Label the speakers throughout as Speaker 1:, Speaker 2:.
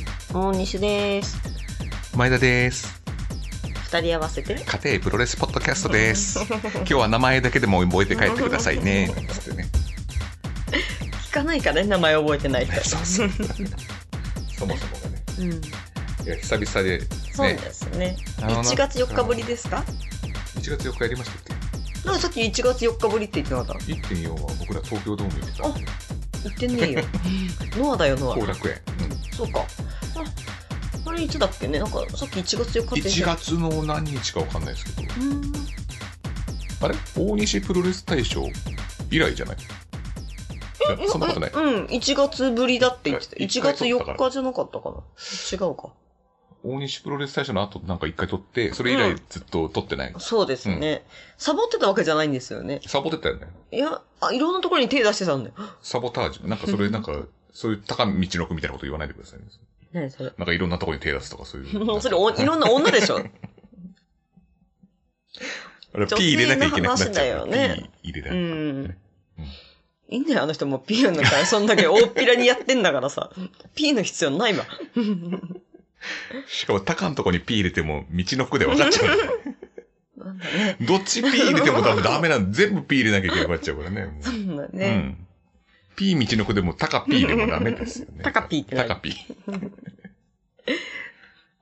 Speaker 1: 選手です。
Speaker 2: 前田です。
Speaker 1: 二人合わせて。
Speaker 2: 家庭プロレスポッドキャストです。 今日は名前だけでも覚えて帰ってくださいね。つってね。
Speaker 1: 聞かないからね、名前覚えてない人。
Speaker 2: そうそう。そもそもがね。
Speaker 1: うん、
Speaker 2: いや、久々で、ね。
Speaker 1: そうですね。
Speaker 2: あのな
Speaker 1: 1月4日ぶりですか
Speaker 2: 1月4日やりましたっ
Speaker 1: なんかさっき1月4日ぶりって言ってなかっ
Speaker 2: け ?1.4 は僕ら東京ドームで見た。
Speaker 1: あた言って ねえよ。ノアだよ、ノ
Speaker 2: 後
Speaker 1: ア。
Speaker 2: 楽園。
Speaker 1: そうか。あ、あれいつだっけねなんかさっき1月4日って言って
Speaker 2: 1月の何日かわかんないですけど。
Speaker 1: うーん
Speaker 2: あれ大西プロレス大賞以来じゃないいやそんなことない。
Speaker 1: うん、1月ぶりだって言ってた。1月
Speaker 2: 一回撮った
Speaker 1: 4
Speaker 2: か
Speaker 1: 日じゃなかったかな違うか。
Speaker 2: 大西プロレス大賞の後なんか一回撮って、それ以来ずっと撮ってない。
Speaker 1: そうですね。サボってたわけじゃないんですよね。
Speaker 2: サボってたよね。
Speaker 1: いや、あ、いろんなところに手出してたんだよ。
Speaker 2: サボタージュ。なんか それなんか、そういう高道の奥みたいなこと言わないでくださいね。
Speaker 1: 何それ。
Speaker 2: なんかいろんなとこに手出すとかそうい う。
Speaker 1: もうそれお、いろんな女でし ょ。
Speaker 2: あれ、ピー入れなきゃいけなくなっちゃう。
Speaker 1: 女性の話だよね
Speaker 2: ピー入れ
Speaker 1: う
Speaker 2: ない。
Speaker 1: ん。いいんだよ、あの人も P のから、そんだけ 大っぴらにやってんだからさ。P の必要ないわ。
Speaker 2: しかも、高のとこにピー入れても、道の服で分か っちゃう。
Speaker 1: なんだね。
Speaker 2: どっちピー入れても多分ダメなん全部ピー入れなきゃいけなくなっちゃうからね。も
Speaker 1: そんだ
Speaker 2: うう
Speaker 1: ね。
Speaker 2: ん。ピー道の服でも、高ピーでもダメですよね。
Speaker 1: タカピーってな
Speaker 2: タ
Speaker 1: る
Speaker 2: カピー。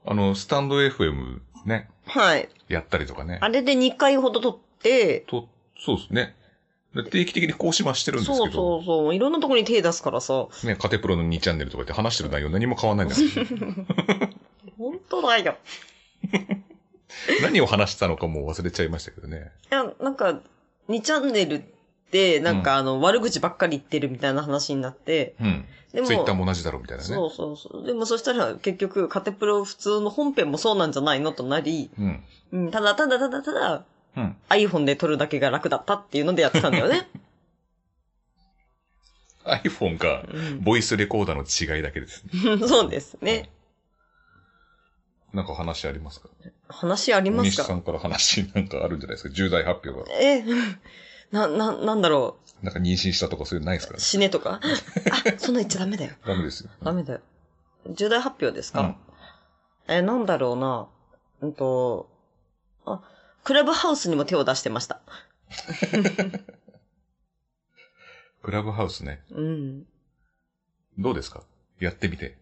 Speaker 2: あの、スタンド FM ね、
Speaker 1: はい。
Speaker 2: やったりとかね
Speaker 1: あ。れで2回ほど撮って、
Speaker 2: と、そうですね。で定期的に更新はしてるんですけど。
Speaker 1: そうそうそう。いろんなところに手出すからさ。
Speaker 2: ね、カテプロの2チャンネルとかって話してる内容何も変わんないんだ から
Speaker 1: 本当だよ。
Speaker 2: 何を話したのかもう忘れちゃいましたけどね。
Speaker 1: いや、なんか、2チャンネルって、なんかあの、悪口ばっかり言ってるみたいな話になって、
Speaker 2: うん。
Speaker 1: でも、
Speaker 2: ツイッターも同じだろうみたいなね。
Speaker 1: そうそうそう。でもそしたら結局、カテプロ普通の本編もそうなんじゃないのとなり、
Speaker 2: うん。
Speaker 1: うん、ただただただただ
Speaker 2: うん。
Speaker 1: iPhone で撮るだけが楽だったっていうのでやってたんだよね。
Speaker 2: iPhone か、
Speaker 1: うん
Speaker 2: ボイスレコーダーの違いだけです。
Speaker 1: そうですね。
Speaker 2: うん。なんか話ありますか
Speaker 1: 話ありま
Speaker 2: 西
Speaker 1: す
Speaker 2: さ
Speaker 1: か
Speaker 2: んから話なんかあるんじゃないですか重大発表が。
Speaker 1: え、な、な、なんだろ
Speaker 2: なんか妊娠したとかそういうのないですか
Speaker 1: う。
Speaker 2: ら、
Speaker 1: 死ねとかあ、そんなん言っちゃダメだよ。
Speaker 2: ダメですよ。
Speaker 1: ダメだよ。重大発表です
Speaker 2: う
Speaker 1: か、
Speaker 2: ん。
Speaker 1: え、なんだろうな。うんと、あ、クラブハウスにも手を出してました。
Speaker 2: クラブハウスね。
Speaker 1: うん。
Speaker 2: どうですかやってみて。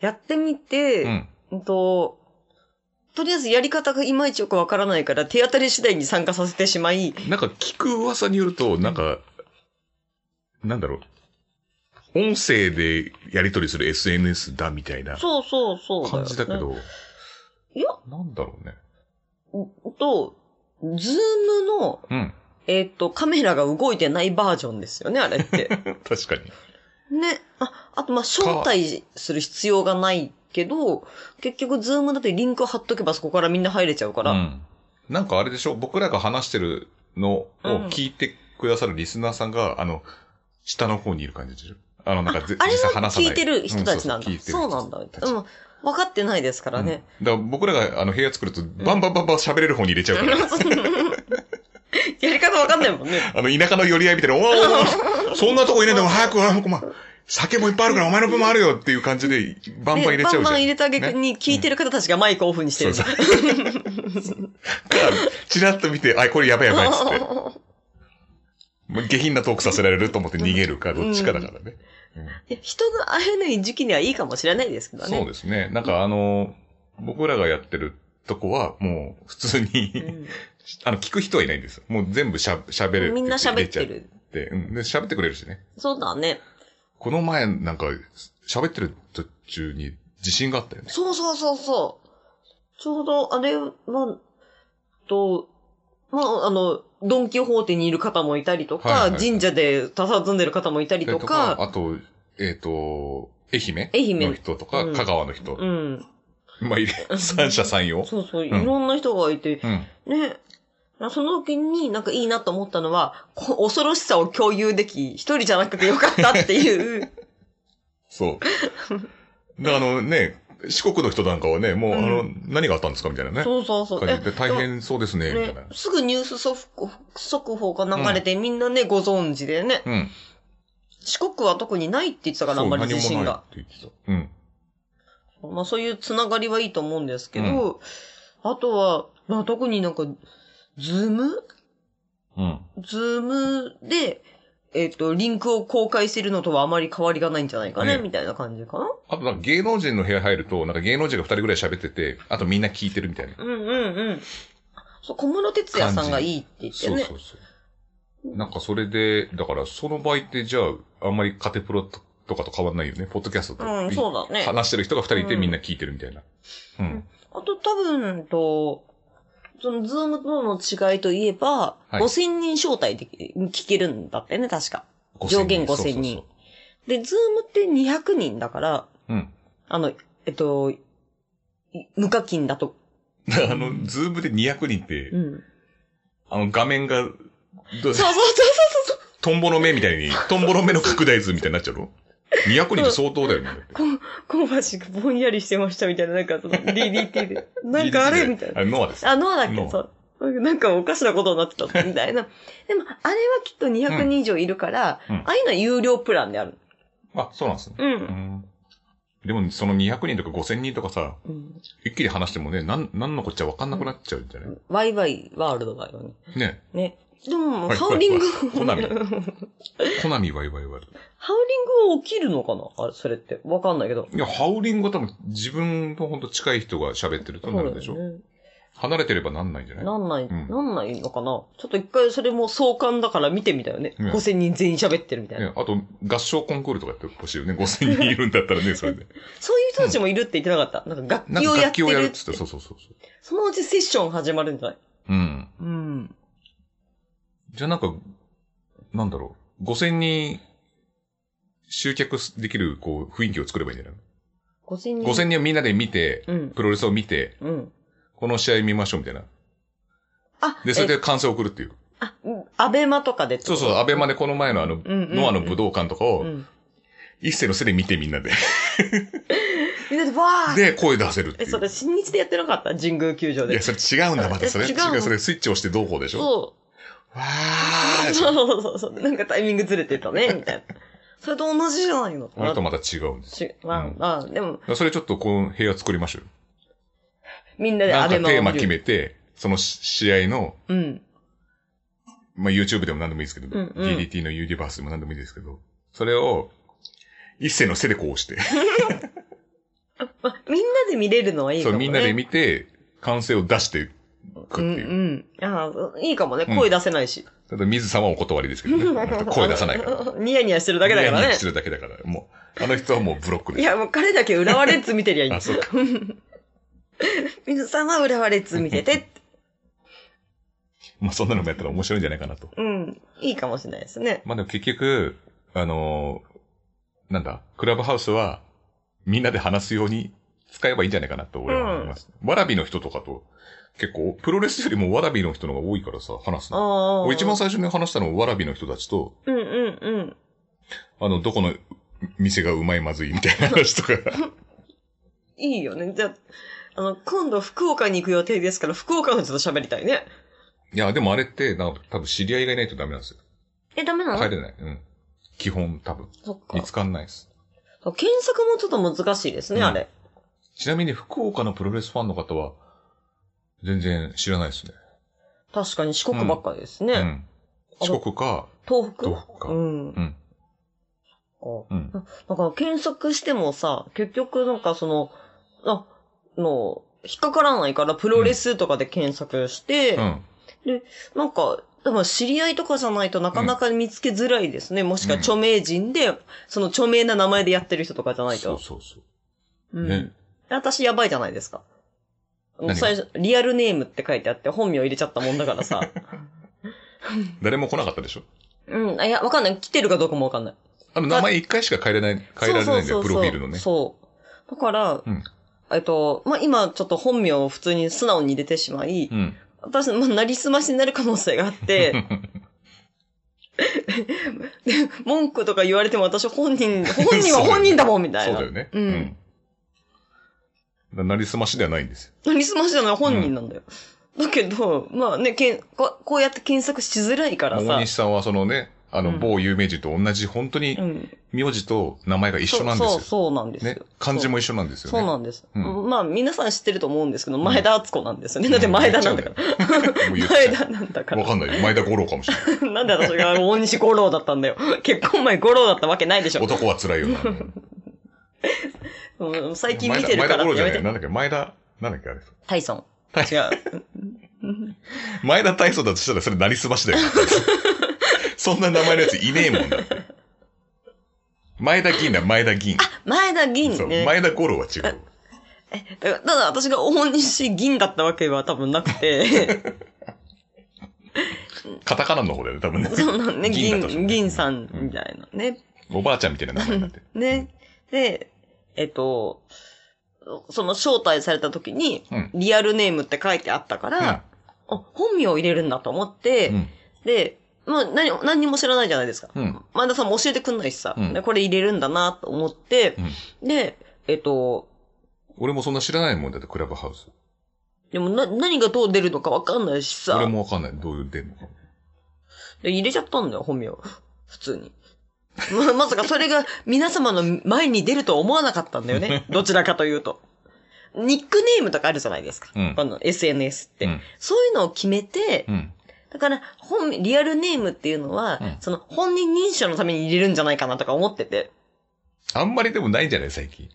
Speaker 1: やってみて、
Speaker 2: うん。
Speaker 1: うんと、とりあえずやり方がいまいちよくわからないから手当たり次第に参加させてしまい、
Speaker 2: なんか聞く噂によると、なんか、なんだろう。音声でやり取りする SNS だみたいな
Speaker 1: そうそうそうよ
Speaker 2: 感
Speaker 1: ね
Speaker 2: じだけ。ど、
Speaker 1: いや、
Speaker 2: なんだろうね。
Speaker 1: うんと、ズームの、
Speaker 2: うん。
Speaker 1: えっ、と、カメラが動いてないバージョンですよね、あれ って。
Speaker 2: 確かに。
Speaker 1: ね。あ、あと、まあ、招待する必要がないけど、結局、ズームだとリンク貼っとけばそこからみんな入れちゃうから。
Speaker 2: うん。なんかあれでしょ僕らが話してるのを
Speaker 1: うん
Speaker 2: 聞いてくださるリスナーさんが、あの、下の方にいる感じでしょあの、なんかぜ、
Speaker 1: あれ
Speaker 2: 実際
Speaker 1: は
Speaker 2: 話さない。
Speaker 1: 聞いてる人たちなんだ。
Speaker 2: うそう
Speaker 1: そうなんだ。
Speaker 2: 聞いてる人た
Speaker 1: で
Speaker 2: ち
Speaker 1: も、分かってないですからね。
Speaker 2: うんだから僕らがあの部屋作ると、バンバンバンバン喋れる方に入れちゃう から。
Speaker 1: やり方分かんないもんね。
Speaker 2: あの、田舎の寄り合いみたいな、お前お前そんなとこいねえん だよ、早く、早く、お前、酒もいっぱいあるから、お前の分もあるよっていう感じで、バンバン入れちゃうじゃん。
Speaker 1: ねバンバン入れた逆
Speaker 2: ね
Speaker 1: に聞いてる方たちがマイクオフにして
Speaker 2: そ
Speaker 1: る
Speaker 2: う。そう。チラッと見て、あ、これやばいやばいっつ って。もう下品なトークさせられると思って逃げるか、どっちかだからね。
Speaker 1: いや人が会えない時期にはいいかもしれないですけどね。
Speaker 2: そうですね。なんかあの、僕らがやってるとこは、もう普通に、あの、聞く人はいないんですよ。もう全部しゃ喋れ
Speaker 1: う
Speaker 2: る。
Speaker 1: んみんな喋って
Speaker 2: 入れち
Speaker 1: る。
Speaker 2: ゃって。うん。で、喋ってくれるしね。
Speaker 1: そうだね。
Speaker 2: この前なんか、喋ってる途中に地震があったよね。
Speaker 1: そうそうそうそう。ちょうど、あれは、と、まあ、あの、ドンキホーテにいる方もいたりとか、
Speaker 2: はいはい
Speaker 1: 神社で佇んでる方もいたりとか、
Speaker 2: あと、えっ、と、愛媛
Speaker 1: 愛媛
Speaker 2: の人とか、
Speaker 1: うん
Speaker 2: 香川の人。
Speaker 1: うん。
Speaker 2: まあ、いれ三者三様。
Speaker 1: そうそう、い
Speaker 2: うん
Speaker 1: ろんな人がいて、
Speaker 2: うん。
Speaker 1: ね。その時になんかいいなと思ったのは、こ恐ろしさを共有でき、一人じゃなくてよかったって いう。
Speaker 2: そう。 で、あのね、四国の人なんかはね、もう、あの、何があったんですかみたいなね。
Speaker 1: そうそうそう。
Speaker 2: 感じで、
Speaker 1: え
Speaker 2: 大変そうですね、みたい
Speaker 1: ね
Speaker 2: な。、
Speaker 1: すぐニュース速報速報が流れて、みんなね、ご存知でね。
Speaker 2: うん。
Speaker 1: 四国は特にないって言ってたか
Speaker 2: そ
Speaker 1: ら、あん
Speaker 2: う、
Speaker 1: ま
Speaker 2: 何
Speaker 1: り
Speaker 2: もない
Speaker 1: 地
Speaker 2: って
Speaker 1: 震が。
Speaker 2: 言ってた。うん。
Speaker 1: まあそういうつながりはいいと思うんですけど、あとは、まあ特になんか、ズーム
Speaker 2: うん。
Speaker 1: ズームで、えっ、と、リンクを公開してるのとはあまり変わりがないんじゃないかね、
Speaker 2: ね
Speaker 1: みたいな感じかな。
Speaker 2: あとなんか芸能人の部屋入ると、なんか芸能人が二人ぐらい喋ってて、あとみんな聞いてるみたいな。
Speaker 1: うんうんうん。そう、小室哲也さんがいいって言って
Speaker 2: そう
Speaker 1: ね。
Speaker 2: そうそう。なんかそれで、だからその場合ってじゃあ、あんまりカテプロとかと変わんないよね。ポッドキャストと。
Speaker 1: うん、そうだね。
Speaker 2: 話してる人が二人いて
Speaker 1: うん
Speaker 2: みんな聞いてるみたいな。うん。
Speaker 1: あと多分と、そのズームとの違いといえば、
Speaker 2: はい
Speaker 1: 5000人招待で聞けるんだってね、確か。上限
Speaker 2: そうそうそう
Speaker 1: 5000人で、ズームって200人だから、
Speaker 2: うん。
Speaker 1: あの、えっと、い無課金だと。
Speaker 2: あの、ズームで200人って
Speaker 1: う、ん。
Speaker 2: あの画面が、どう
Speaker 1: そうそうそう。
Speaker 2: トンボの目みたいに、トンボの目の拡大図みたいになっちゃうの ?200 人って相当だよね。
Speaker 1: コンパシぼんやりしてましたみたいな、なんかその DDT で。なんかあれみたいな。
Speaker 2: あ、ノアです。
Speaker 1: あ、ノアだっ
Speaker 2: ノ
Speaker 1: け
Speaker 2: ア
Speaker 1: そう。なんかおかしなことになってた、みたい な。でも、あれはきっと200人以上いるから、
Speaker 2: うん
Speaker 1: ああいうのは有料プランである。
Speaker 2: あ、そうなんですね。
Speaker 1: う。
Speaker 2: うんん。でも、その200人とか5000人とかさ、
Speaker 1: うん。
Speaker 2: 一気に話してもね、なん、なんのこっちゃわかんなくなっちゃうんじゃない、
Speaker 1: ワイワイワールドだよね。
Speaker 2: ね。
Speaker 1: ね。でも、
Speaker 2: はい
Speaker 1: ハウリング
Speaker 2: はいはいコナミコナミワイワイワイ。
Speaker 1: ハウリングは起きるのかなあれ、それって。わかんないけど。
Speaker 2: いや、ハウリングは多分自分のほんと近い人が喋ってるとなるでし
Speaker 1: そ
Speaker 2: ょ、
Speaker 1: うだよね
Speaker 2: 離れてればなんないんじゃない
Speaker 1: なんない、
Speaker 2: うん
Speaker 1: なんないのかなちょっと一回それも相関だから見てみたよね。
Speaker 2: うん
Speaker 1: 5000人全員喋ってるみたいな。
Speaker 2: ね、あと、合唱コンクールとかやってほしいよね。5000人いるんだったらね、それ で。
Speaker 1: そういう人たちもいるって言ってなかった。なんか楽
Speaker 2: なん
Speaker 1: 器を
Speaker 2: か
Speaker 1: や
Speaker 2: 楽
Speaker 1: って
Speaker 2: 器
Speaker 1: る
Speaker 2: をやる
Speaker 1: っ
Speaker 2: っ
Speaker 1: つっ
Speaker 2: つってて、そうそうそうそう。
Speaker 1: そのうちセッション始まるんじゃない
Speaker 2: うん。
Speaker 1: うん。
Speaker 2: じゃあなんか、なんだろう。5000人集客できる、こう、雰囲気を作ればいいんじゃない
Speaker 1: 5000人。
Speaker 2: 5000人をみんなで見て、
Speaker 1: うん。
Speaker 2: プロレスを見て、
Speaker 1: うん。
Speaker 2: この試合見ましょうみたいな。
Speaker 1: あ、
Speaker 2: で、それ
Speaker 1: え
Speaker 2: で感想を送るっていう。
Speaker 1: あ、うんアベマとかでって
Speaker 2: そ
Speaker 1: こ
Speaker 2: う
Speaker 1: と。
Speaker 2: そう、アベマでこの前のあの、
Speaker 1: うんうん
Speaker 2: ノアの武道館とか
Speaker 1: う
Speaker 2: を、
Speaker 1: ん。
Speaker 2: 一世の背で見てみんなで。
Speaker 1: みんなで、わー
Speaker 2: で、声出せるって
Speaker 1: え、
Speaker 2: い。
Speaker 1: そうれ、新日でやってなかった神宮球場
Speaker 2: い
Speaker 1: で
Speaker 2: や、。それ違うんだ、またそれ。
Speaker 1: え
Speaker 2: 違
Speaker 1: 違う
Speaker 2: う
Speaker 1: の
Speaker 2: それスイッチ押してどうこうでしょわ
Speaker 1: そう。そ
Speaker 2: ー
Speaker 1: うそうそうそう。なんかタイミングずれてたね、みたいな。それと同じじゃないの
Speaker 2: あれとまた違うんです。
Speaker 1: しま
Speaker 2: うん
Speaker 1: あ、まあ、でも
Speaker 2: だ、からそれちょっとこう、部屋作りましょうよ。
Speaker 1: みんなで
Speaker 2: な
Speaker 1: ア
Speaker 2: ん
Speaker 1: ベ
Speaker 2: か
Speaker 1: マを見
Speaker 2: テ
Speaker 1: る
Speaker 2: ーマ決めて、そのし試合の、
Speaker 1: うん。
Speaker 2: まあ、YouTube でも何でもいいですけど、
Speaker 1: うんうん
Speaker 2: DDT のユニバースでも何でもいいですけど、それを、一世の背でこう押して、
Speaker 1: まあ、みんなで見れるのはいいか
Speaker 2: そう、
Speaker 1: もね。
Speaker 2: みんなで見て、完成を出していくって
Speaker 1: うん
Speaker 2: いう。
Speaker 1: うん。ああ、いいかもね。
Speaker 2: うん
Speaker 1: 声出せないし。
Speaker 2: ただ、水様はお断りですけ どね。あの人 声出さないから。
Speaker 1: あのニヤニヤしてるだけだから
Speaker 2: ニヤニ
Speaker 1: ね
Speaker 2: ヤして。るだけだから。もう、あの人はもうブロック
Speaker 1: い
Speaker 2: です。
Speaker 1: や、もう彼だけ浦和レッズ見てりゃいいんだ
Speaker 2: あ、そうか。
Speaker 1: 水さんは浦和レッズ見てて。
Speaker 2: まあ、そんなのもやったら面白いんじゃないかなと。
Speaker 1: うん。いいかもしれないですね。
Speaker 2: まあ、でも結局、あのーなんだ、クラブハウスは、みんなで話すように使えばいいんじゃないかなと俺は思います。わらびの人とかと、結構、プロレスよりもわらびの人の方が多いからさ、話すの。
Speaker 1: ああ。
Speaker 2: 俺一番最初に話したのはわらびの人たちと、
Speaker 1: うんうんうん。
Speaker 2: あの、どこの店がうまいまずいみたいな話とか。
Speaker 1: いいよね。じゃあ、あの、今度福岡に行く予定ですから、福岡の人と喋りたいね。
Speaker 2: いや、でもあれって、なんか多分知り合いがいないとダメなんですよ。
Speaker 1: え、ダメなの
Speaker 2: 帰れない。うん。基本多分。
Speaker 1: そっか
Speaker 2: 見。つかんないです。
Speaker 1: 検索もちょっと難しいですね、
Speaker 2: うん
Speaker 1: あれ。
Speaker 2: ちなみに福岡のプロレスファンの方は、全然知らないですね。
Speaker 1: 確かに四国ばっかりですね。
Speaker 2: うん。四国か、
Speaker 1: 東北
Speaker 2: 東北か。
Speaker 1: うん。
Speaker 2: ん
Speaker 1: あ
Speaker 2: うん。
Speaker 1: だから検索してもさ、結局なんかその、あ、の、引っかからないからプロレスとかで検索して、
Speaker 2: うん。
Speaker 1: なんか、でも知り合いとかじゃないとなかなか見つけづらいですね。もしくは著名人で、その著名な名前でやってる人とかじゃない
Speaker 2: そう
Speaker 1: と。
Speaker 2: そうそう。
Speaker 1: うん
Speaker 2: ね
Speaker 1: 私やばいじゃないですか。
Speaker 2: 何が
Speaker 1: 最初、リアルネームって書いてあって本名入れちゃったもんだから さ。
Speaker 2: 誰も来なかったでしょ
Speaker 1: うん、あいや、わかんない。来てるかどうかもわかんない。
Speaker 2: あの、名前一回しか変えれない、変えられないんだ
Speaker 1: そ
Speaker 2: よ、
Speaker 1: う
Speaker 2: プ
Speaker 1: そうそうそう
Speaker 2: ロフィールのね。
Speaker 1: そう。だから、
Speaker 2: うん
Speaker 1: えっと、まあ、今ちょっと本名を普通に素直に入れてしまい、
Speaker 2: うん。
Speaker 1: 私、まあ、なりすましになる可能性があって、で、 文句とか言われても私本人、本人は本人だもん、みたい
Speaker 2: そう
Speaker 1: な。
Speaker 2: だよね。
Speaker 1: う。
Speaker 2: うんん。ななりすましではないんですよ。
Speaker 1: なりすましじゃない、本人なんだよ。だけど、まあね、けんここうやって検索しづらいから
Speaker 2: 大
Speaker 1: さ、
Speaker 2: 西さんはそのね、あの、
Speaker 1: うん
Speaker 2: 某有名人と同じ、本当に
Speaker 1: うん。
Speaker 2: 名字と名前が一緒なん
Speaker 1: そ
Speaker 2: です
Speaker 1: うそ
Speaker 2: よ
Speaker 1: う、。そうなんですよ
Speaker 2: ね。。漢字も一緒なんですよね。
Speaker 1: そうなんです。
Speaker 2: うん
Speaker 1: まあ、皆さん知ってると思うんですけど、
Speaker 2: ん
Speaker 1: 前田敦子なんですよね。だって前田なんだから。
Speaker 2: ら。 もう言っちゃ
Speaker 1: 前
Speaker 2: う
Speaker 1: 田なんだか
Speaker 2: わ
Speaker 1: ら。
Speaker 2: かんないよ。前田五郎かも しれない。
Speaker 1: なんで私が大西五郎だったんだよ。 結婚前五郎だったわけないでしょ。
Speaker 2: 男は辛いよな。
Speaker 1: うん最近
Speaker 2: 前
Speaker 1: 見
Speaker 2: 田
Speaker 1: てる
Speaker 2: 前
Speaker 1: から
Speaker 2: 田五
Speaker 1: っ
Speaker 2: 郎
Speaker 1: て
Speaker 2: じ
Speaker 1: や
Speaker 2: ゃ
Speaker 1: め
Speaker 2: ない
Speaker 1: て。
Speaker 2: よ。なんだっけ前田、なんだっけあれ。
Speaker 1: タイソン。
Speaker 2: タイ
Speaker 1: 違 う。
Speaker 2: 前田体操だとしたらそれなりすま しだよ。そんな名前のやついねえもんだって。前田銀だ、前田銀。
Speaker 1: 前田銀
Speaker 2: そう
Speaker 1: ね。
Speaker 2: 前田五郎は違う。
Speaker 1: だからただ私が大西銀だったわけは多分なく て、
Speaker 2: カタカナの方だよね、多分ね。
Speaker 1: そうなんね、
Speaker 2: 銀だとして
Speaker 1: 銀、
Speaker 2: も
Speaker 1: 銀さんみたいなね。
Speaker 2: おばあちゃんみたいな名前になって。
Speaker 1: ね。で、えっと、その招待された時に
Speaker 2: うん、
Speaker 1: リアルネームって書いてあったから、あ本名を入れるんだと思って、
Speaker 2: うん。
Speaker 1: で、まあ何、何にも知らないじゃないですか。
Speaker 2: うん。
Speaker 1: 前田さんも教えてくんないしさ、
Speaker 2: うん
Speaker 1: でこれ入れるんだなと思って
Speaker 2: う、ん。
Speaker 1: で、えっと、
Speaker 2: 俺もそんな知らないもんだって、クラブハウス。
Speaker 1: でもな、何がどう出るのかわかんないしさ
Speaker 2: 俺、もわかんない。どういう出んのか。
Speaker 1: で入れちゃったんだよ、本名。普通に。ま、まさかそれが皆様の前に出るとは思わなかったんだよ ね。どちらかというと。ニックネームとかあるじゃないですか。
Speaker 2: うん
Speaker 1: この SNS って、
Speaker 2: うん
Speaker 1: そういうのを決めて、
Speaker 2: うん。
Speaker 1: だから本、リアルネームっていうのは、
Speaker 2: うん
Speaker 1: その本人認証のために入れるんじゃないかなとか思ってて。
Speaker 2: あんまりでもないんじゃない最近。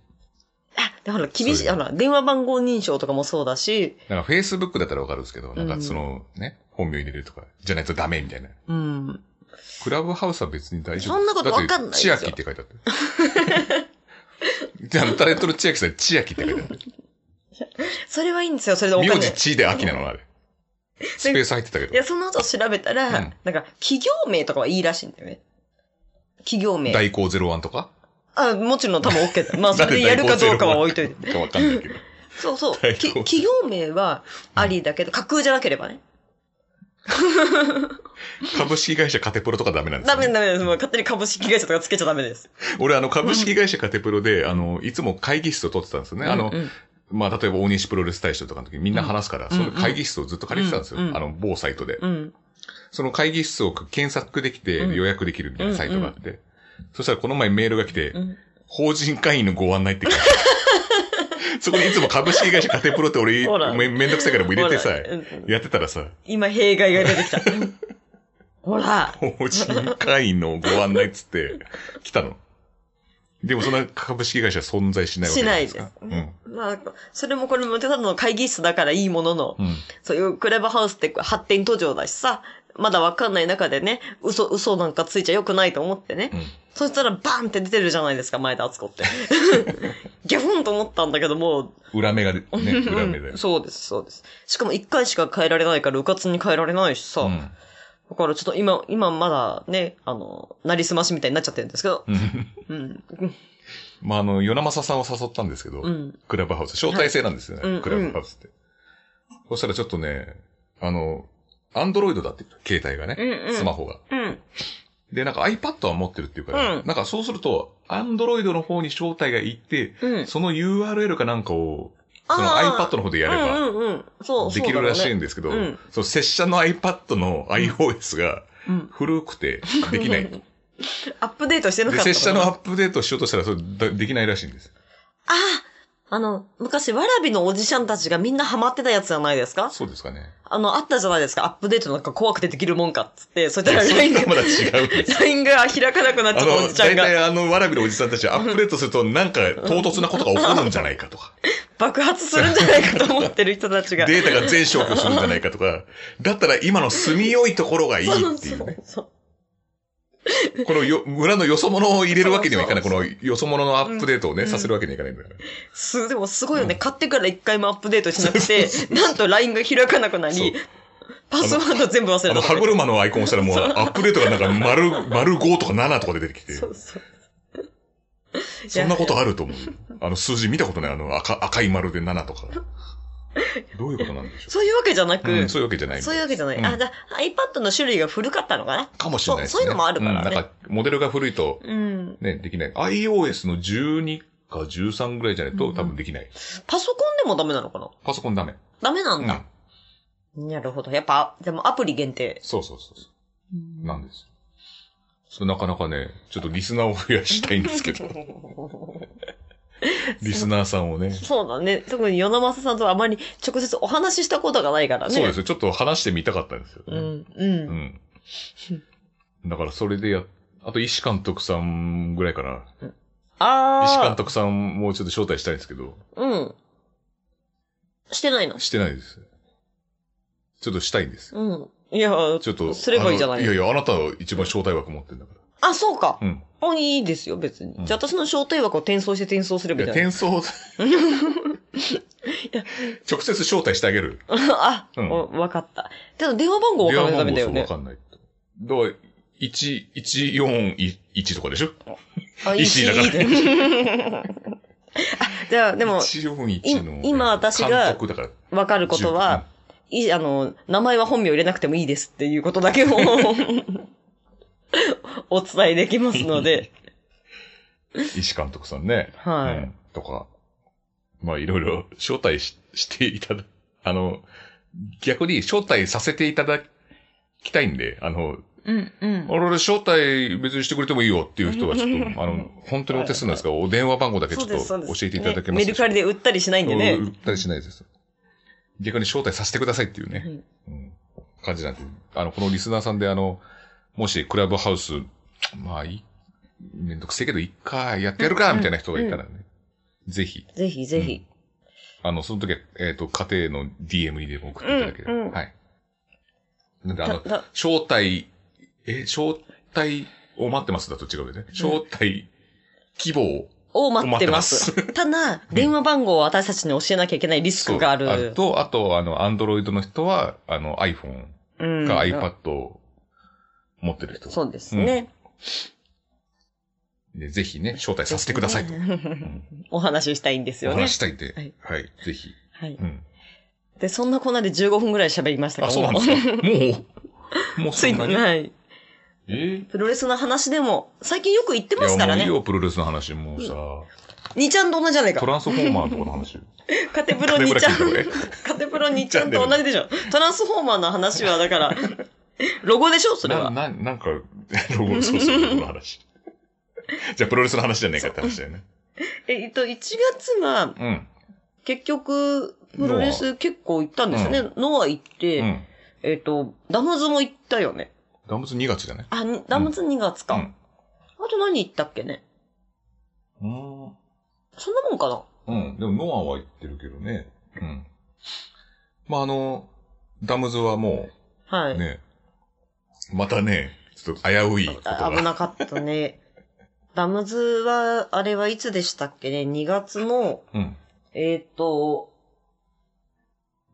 Speaker 1: あ、でほら、厳し
Speaker 2: そう
Speaker 1: い、
Speaker 2: よ
Speaker 1: ほら、電話番号認証とかもそうだし、
Speaker 2: なんか Facebook だったらわかるんですけど、なんかその、ね、本名入れるとか、じゃないとダメみたいな。
Speaker 1: うん。
Speaker 2: クラブハウスは別に大丈夫。
Speaker 1: そんなことわかんないですよ
Speaker 2: だって千秋って書いてあった。じゃあ、タレントの千秋さん、千秋って書いてあった。
Speaker 1: それはいいんですよ、それでお
Speaker 2: 名
Speaker 1: 金。
Speaker 2: 字千で秋なのあれ。スペース入ってたけ
Speaker 1: いや、
Speaker 2: ど。
Speaker 1: その後調べたら、
Speaker 2: うん
Speaker 1: なんか、企業名とかはいいらしいんだよね。企業名。
Speaker 2: 大ゼ01とか
Speaker 1: あ、もちろん多分 OK だ。 まあ、それでやるかどうかは置いといて。
Speaker 2: て。わかんないけど。
Speaker 1: そうそう。
Speaker 2: 大
Speaker 1: き
Speaker 2: 好物
Speaker 1: 企業名はありだけど、架空じゃなければね。
Speaker 2: 株式会社カテプロとかダメなんです
Speaker 1: ダ
Speaker 2: よ、
Speaker 1: メ
Speaker 2: ね。
Speaker 1: ダメです。もう勝手に株式会社とかつけちゃダメです。
Speaker 2: 俺、あの、株式会社カテプロで、あの、いつも会議室を取ってたんですよね。あの
Speaker 1: う、ん
Speaker 2: まあ、例えば大西プロレス大賞とかの時みんな話すから、
Speaker 1: うん
Speaker 2: その会議室をずっと借りてたんですよ。
Speaker 1: うんうん
Speaker 2: あの、某サイトで。
Speaker 1: うん。
Speaker 2: その会議室を検索できて
Speaker 1: うん
Speaker 2: 予約できるみたいなサイトがあって。そしたらこの前メールが来て、
Speaker 1: うん。
Speaker 2: 法人会員のご案内って書いてあ るそこにいつも株式会社カテプロって俺
Speaker 1: ほら
Speaker 2: めめんどくさいからもう入れてさ
Speaker 1: ほ、らうん
Speaker 2: やってたらさ、
Speaker 1: 今、弊害が出てき た。ほら。
Speaker 2: 法人会員のご案内っつって来たの。でもそんな株式会社存在しないわけじゃないですか。
Speaker 1: しないですまあ、それもこれもただの会議室だからいいものの、
Speaker 2: うん。うん。
Speaker 1: そういうクラブハウスって発展途上だしさ、まだわかんない中でね、嘘、嘘なんかついちゃよくないと思ってね。
Speaker 2: うん
Speaker 1: そしたらバーンって出てるじゃないですか、前田敦子 って。ギャフンと思ったんだけども
Speaker 2: 裏目がで、ね、
Speaker 1: う、
Speaker 2: 裏目だ
Speaker 1: う
Speaker 2: よ
Speaker 1: ん。そうです、そうです。しかも一回しか変えられないから、うかつに変えられないしさ。
Speaker 2: うん
Speaker 1: だからちょっと今、今まだね、あの、なりすましみたいになっちゃってるんですけど。
Speaker 2: うん
Speaker 1: うん。
Speaker 2: まあ、あの、与那正さんを誘ったんですけど、
Speaker 1: うん。
Speaker 2: クラブハウス。招待制なんですよね、
Speaker 1: はいうん
Speaker 2: クラブハウスって。そしたらちょっとね、あの、アンドロイドだって言った、携帯がね、
Speaker 1: うんうん
Speaker 2: スマホが。
Speaker 1: うん。
Speaker 2: で、なんか iPad は持ってるっていうから、
Speaker 1: うん
Speaker 2: なんかそうすると、アンドロイドの方に招待が行って、
Speaker 1: うん。
Speaker 2: その URL かなんかを、その
Speaker 1: あー
Speaker 2: iPad の方でやれば、
Speaker 1: うんうんうん。そう、
Speaker 2: できるらしいん
Speaker 1: で。
Speaker 2: ですけど、
Speaker 1: そ
Speaker 2: そう
Speaker 1: だろう
Speaker 2: の
Speaker 1: ね
Speaker 2: 拙者の iPad の iOS が
Speaker 1: うん。
Speaker 2: 古くて できないと。
Speaker 1: アップデートしてな
Speaker 2: で、
Speaker 1: かった
Speaker 2: 拙者の
Speaker 1: あ
Speaker 2: アップデートしようとしたら、それだできないらしいんです。
Speaker 1: ああの、昔、わらびのおじちゃんたちがみんなハマってたやつじゃないですか
Speaker 2: そうですかね。
Speaker 1: あの、あったじゃないですか。アップデートなんか怖くてできるもんかっつって、そしたら
Speaker 2: そ
Speaker 1: LINE
Speaker 2: れ
Speaker 1: が
Speaker 2: と、まだ違うんです。
Speaker 1: LINE が開かなくなっちゃ
Speaker 2: あ
Speaker 1: ったお
Speaker 2: の、
Speaker 1: じちゃ
Speaker 2: 大
Speaker 1: んが
Speaker 2: 体あの、わらびのおじさんたちはアップデートするとなんか唐突なことが起こるんじゃないかと か、
Speaker 1: 爆発するんじゃないかと思ってる人たちが。
Speaker 2: データが全消去するんじゃないかとか、だったら今の住みよいところがいいっていうね。
Speaker 1: そう
Speaker 2: このよ、村のよそ者を入れるわけにはいかない。
Speaker 1: そ
Speaker 2: こ
Speaker 1: うそう
Speaker 2: のよそ者のアップデートをね、
Speaker 1: うん
Speaker 2: させるわけにはいかないんだから。
Speaker 1: す、でもすごいよね。
Speaker 2: うん
Speaker 1: 買ってから一回もアップデートしなく
Speaker 2: そう
Speaker 1: て
Speaker 2: そ、
Speaker 1: なんと LINE が開かなくな
Speaker 2: そう
Speaker 1: り、パスワード全部忘れ
Speaker 2: あ
Speaker 1: た
Speaker 2: の、
Speaker 1: とか
Speaker 2: 歯
Speaker 1: ね。
Speaker 2: 車のアイコンをしたらもうアップデートがなんか丸、丸5とか7とかで出てきて、
Speaker 1: そうそう。
Speaker 2: そんなことあると思う。あの数字見たことない、あの赤、赤い丸で7とか。どういうことなんでしょ
Speaker 1: そういうわけじゃな
Speaker 2: う。う
Speaker 1: く
Speaker 2: ん、、そういうわけじゃないみた
Speaker 1: そういうわけじゃない。
Speaker 2: うん
Speaker 1: あ、だ iPad の種類が古かったのかな
Speaker 2: かもしれないですね。
Speaker 1: そうそういうのもあるからね
Speaker 2: んなんか、モデルが古いと、
Speaker 1: うん。
Speaker 2: ね、できない。iOS の12か13ぐらいじゃない
Speaker 1: うん
Speaker 2: と
Speaker 1: うん
Speaker 2: 多分できない。
Speaker 1: パソコンでもダメなのかな
Speaker 2: パソコンダメ。
Speaker 1: ダメな
Speaker 2: うんん
Speaker 1: だ。。なるほど。やっぱ、でもアプリ限定。
Speaker 2: そうそうそうそう。なんですよ。それなかなかね、ちょっとリスナーを増やしたい んですけど、リスナーさんをね。
Speaker 1: そうだね。特に与那正さんとはあまり直接お話ししたことがないからね。
Speaker 2: そうですよ。ちょっと話してみたかったんですよ
Speaker 1: う
Speaker 2: ね。
Speaker 1: ん。うん。
Speaker 2: うん。だからそれでや、あと石監督さんぐらいかな。
Speaker 1: ああ。
Speaker 2: 石監督さんもちょっと招待したいんですけど、
Speaker 1: うん。してないの
Speaker 2: してないです。ちょっとしたいんです。
Speaker 1: うん。いや、
Speaker 2: ちょっと。
Speaker 1: すればいいじゃない
Speaker 2: あのいやいや、あなたは一番招待枠持ってんだか
Speaker 1: あ、そうか。
Speaker 2: ら。うん。
Speaker 1: あ、いいですよ、別に。
Speaker 2: うん
Speaker 1: じゃあ私の招待枠を転送して転送すれ
Speaker 2: い
Speaker 1: ばい
Speaker 2: や、
Speaker 1: いじゃない
Speaker 2: 転送、直接招待してあげる。
Speaker 1: あ、
Speaker 2: うん
Speaker 1: おわかった。でも電話番号わ
Speaker 2: 電
Speaker 1: か
Speaker 2: 話
Speaker 1: らないとダメだよ
Speaker 2: 番号そうわ
Speaker 1: ね。
Speaker 2: かんないと。だから、1、141とかでしょ
Speaker 1: あ、いいし、い
Speaker 2: 石井だから
Speaker 1: いで あ、じゃあ、でも、
Speaker 2: 141の。
Speaker 1: い今私が
Speaker 2: 監督だから。
Speaker 1: わかることは、いい、あの、名前は本名入れなくてもいいですっていうことだけを、お伝えできますので、
Speaker 2: うん、石監督さんね。
Speaker 1: はい
Speaker 2: うんとか。まあ、いろいろ招待ししていただ、あの、逆に招待させていただきたいんで、あの、
Speaker 1: うん、うん
Speaker 2: 俺、俺招待別にしてくれてもいいよっていう人はちょっと、あの、本当にお手数なんですが、お電話番号だけちょっと教えていただけます
Speaker 1: ねメルカリで売ったりしないんでね
Speaker 2: うん。売ったりしないです。逆に招待させてくださいっていうね、うん感じなんで、あの、このリスナーさんで、あの、もしクラブハウス、まあいい、めんどくせえけど、一回やってやるか、みたいな人がいたらね、ぜひ、
Speaker 1: ぜひぜひ。
Speaker 2: あの、その時は、えっ、と、家庭の DM にでも送っていただければ。
Speaker 1: うんうん
Speaker 2: はい。なんで、あの
Speaker 1: たた、
Speaker 2: 招待、え、招待を待ってますだと違うよね。招待希望
Speaker 1: を
Speaker 2: を
Speaker 1: 待ってます。。 ただ、電話番号を私たちに教えなきゃいけないリス
Speaker 2: そ
Speaker 1: ク
Speaker 2: う
Speaker 1: がある。
Speaker 2: あると、あと、あの、アンドロイドの人は、あの、iPhone
Speaker 1: うん
Speaker 2: か iPad を持ってる人。
Speaker 1: そうですね。
Speaker 2: でぜひね、招待させてくださいと。ん
Speaker 1: お話ししたいんです
Speaker 2: お
Speaker 1: よね
Speaker 2: 話し。したいんで、
Speaker 1: はい
Speaker 2: はい、ぜひ。
Speaker 1: はい。
Speaker 2: うん。
Speaker 1: で、そんなこんなで15分ぐらい喋りましたけ
Speaker 2: あ、
Speaker 1: ど
Speaker 2: そうなんですか。もう、もう
Speaker 1: つ
Speaker 2: そ
Speaker 1: い
Speaker 2: ん
Speaker 1: て
Speaker 2: なに。
Speaker 1: ない。
Speaker 2: えー
Speaker 1: プロレスの話でも、最近よく言って
Speaker 2: い
Speaker 1: ますか
Speaker 2: や、も
Speaker 1: ら
Speaker 2: ういい
Speaker 1: ね。
Speaker 2: よ、プロレスの話。もうさ、
Speaker 1: 2ちゃんと同じじゃない
Speaker 2: ト
Speaker 1: か。
Speaker 2: ランスフォーマーのとこの話。
Speaker 1: カテプロ2ちゃん
Speaker 2: カテプロ聞いた。
Speaker 1: カテプロ2ちゃんと同じでしょ。トランスフォーマーの話は、だから、ロゴでしょそれ
Speaker 2: な、
Speaker 1: は。
Speaker 2: な、なんか、 ロゴ、そうそう、ロゴの話。 じゃあ、プロレスの話じゃねえかって話だよね。
Speaker 1: えっと、1月は、
Speaker 2: うん。
Speaker 1: 結局、プロレス結構行ったんですよね。
Speaker 2: う
Speaker 1: ノア行って、
Speaker 2: うん。
Speaker 1: えっ、と、ダムズも行ったよね。
Speaker 2: ダムズ2月じゃない
Speaker 1: あ、にダムズ2月か。
Speaker 2: うん
Speaker 1: あと何行ったっけね。
Speaker 2: うん。
Speaker 1: そんなもんかな。
Speaker 2: うん。でも、ノアは言ってるけどね。うん。まあ、あの、ダムズはも
Speaker 1: は
Speaker 2: う、
Speaker 1: い。
Speaker 2: ね、またね、ちょっと危ういこと
Speaker 1: あ危
Speaker 2: が。
Speaker 1: なかったね。 ダムズは、あれはいつでしたっけね ?2 月の、
Speaker 2: うん。
Speaker 1: えっ、と、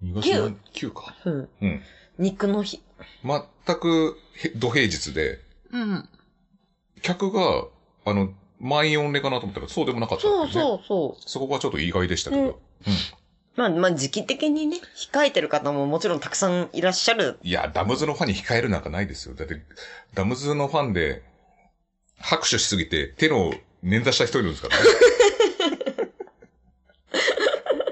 Speaker 2: 2月の9か。
Speaker 1: うん、
Speaker 2: うん。
Speaker 1: 肉の日。
Speaker 2: 全くへ、土平日で、
Speaker 1: うん。
Speaker 2: 客が、あの、満員御礼かなと思ったら、そうでもなかったっていう
Speaker 1: そ
Speaker 2: ね、
Speaker 1: うそうそ
Speaker 2: そこがちょっと意外でしたけ
Speaker 1: うん
Speaker 2: ど。
Speaker 1: う。まあ、まあ、時期的にね、控えてる方ももちろんたくさんいらっしゃる。
Speaker 2: いや、ダムズのファンに控えるなんかないですよ。だって、ダムズのファンで、拍手しすぎて、手の捻挫した人いるんですから、ね、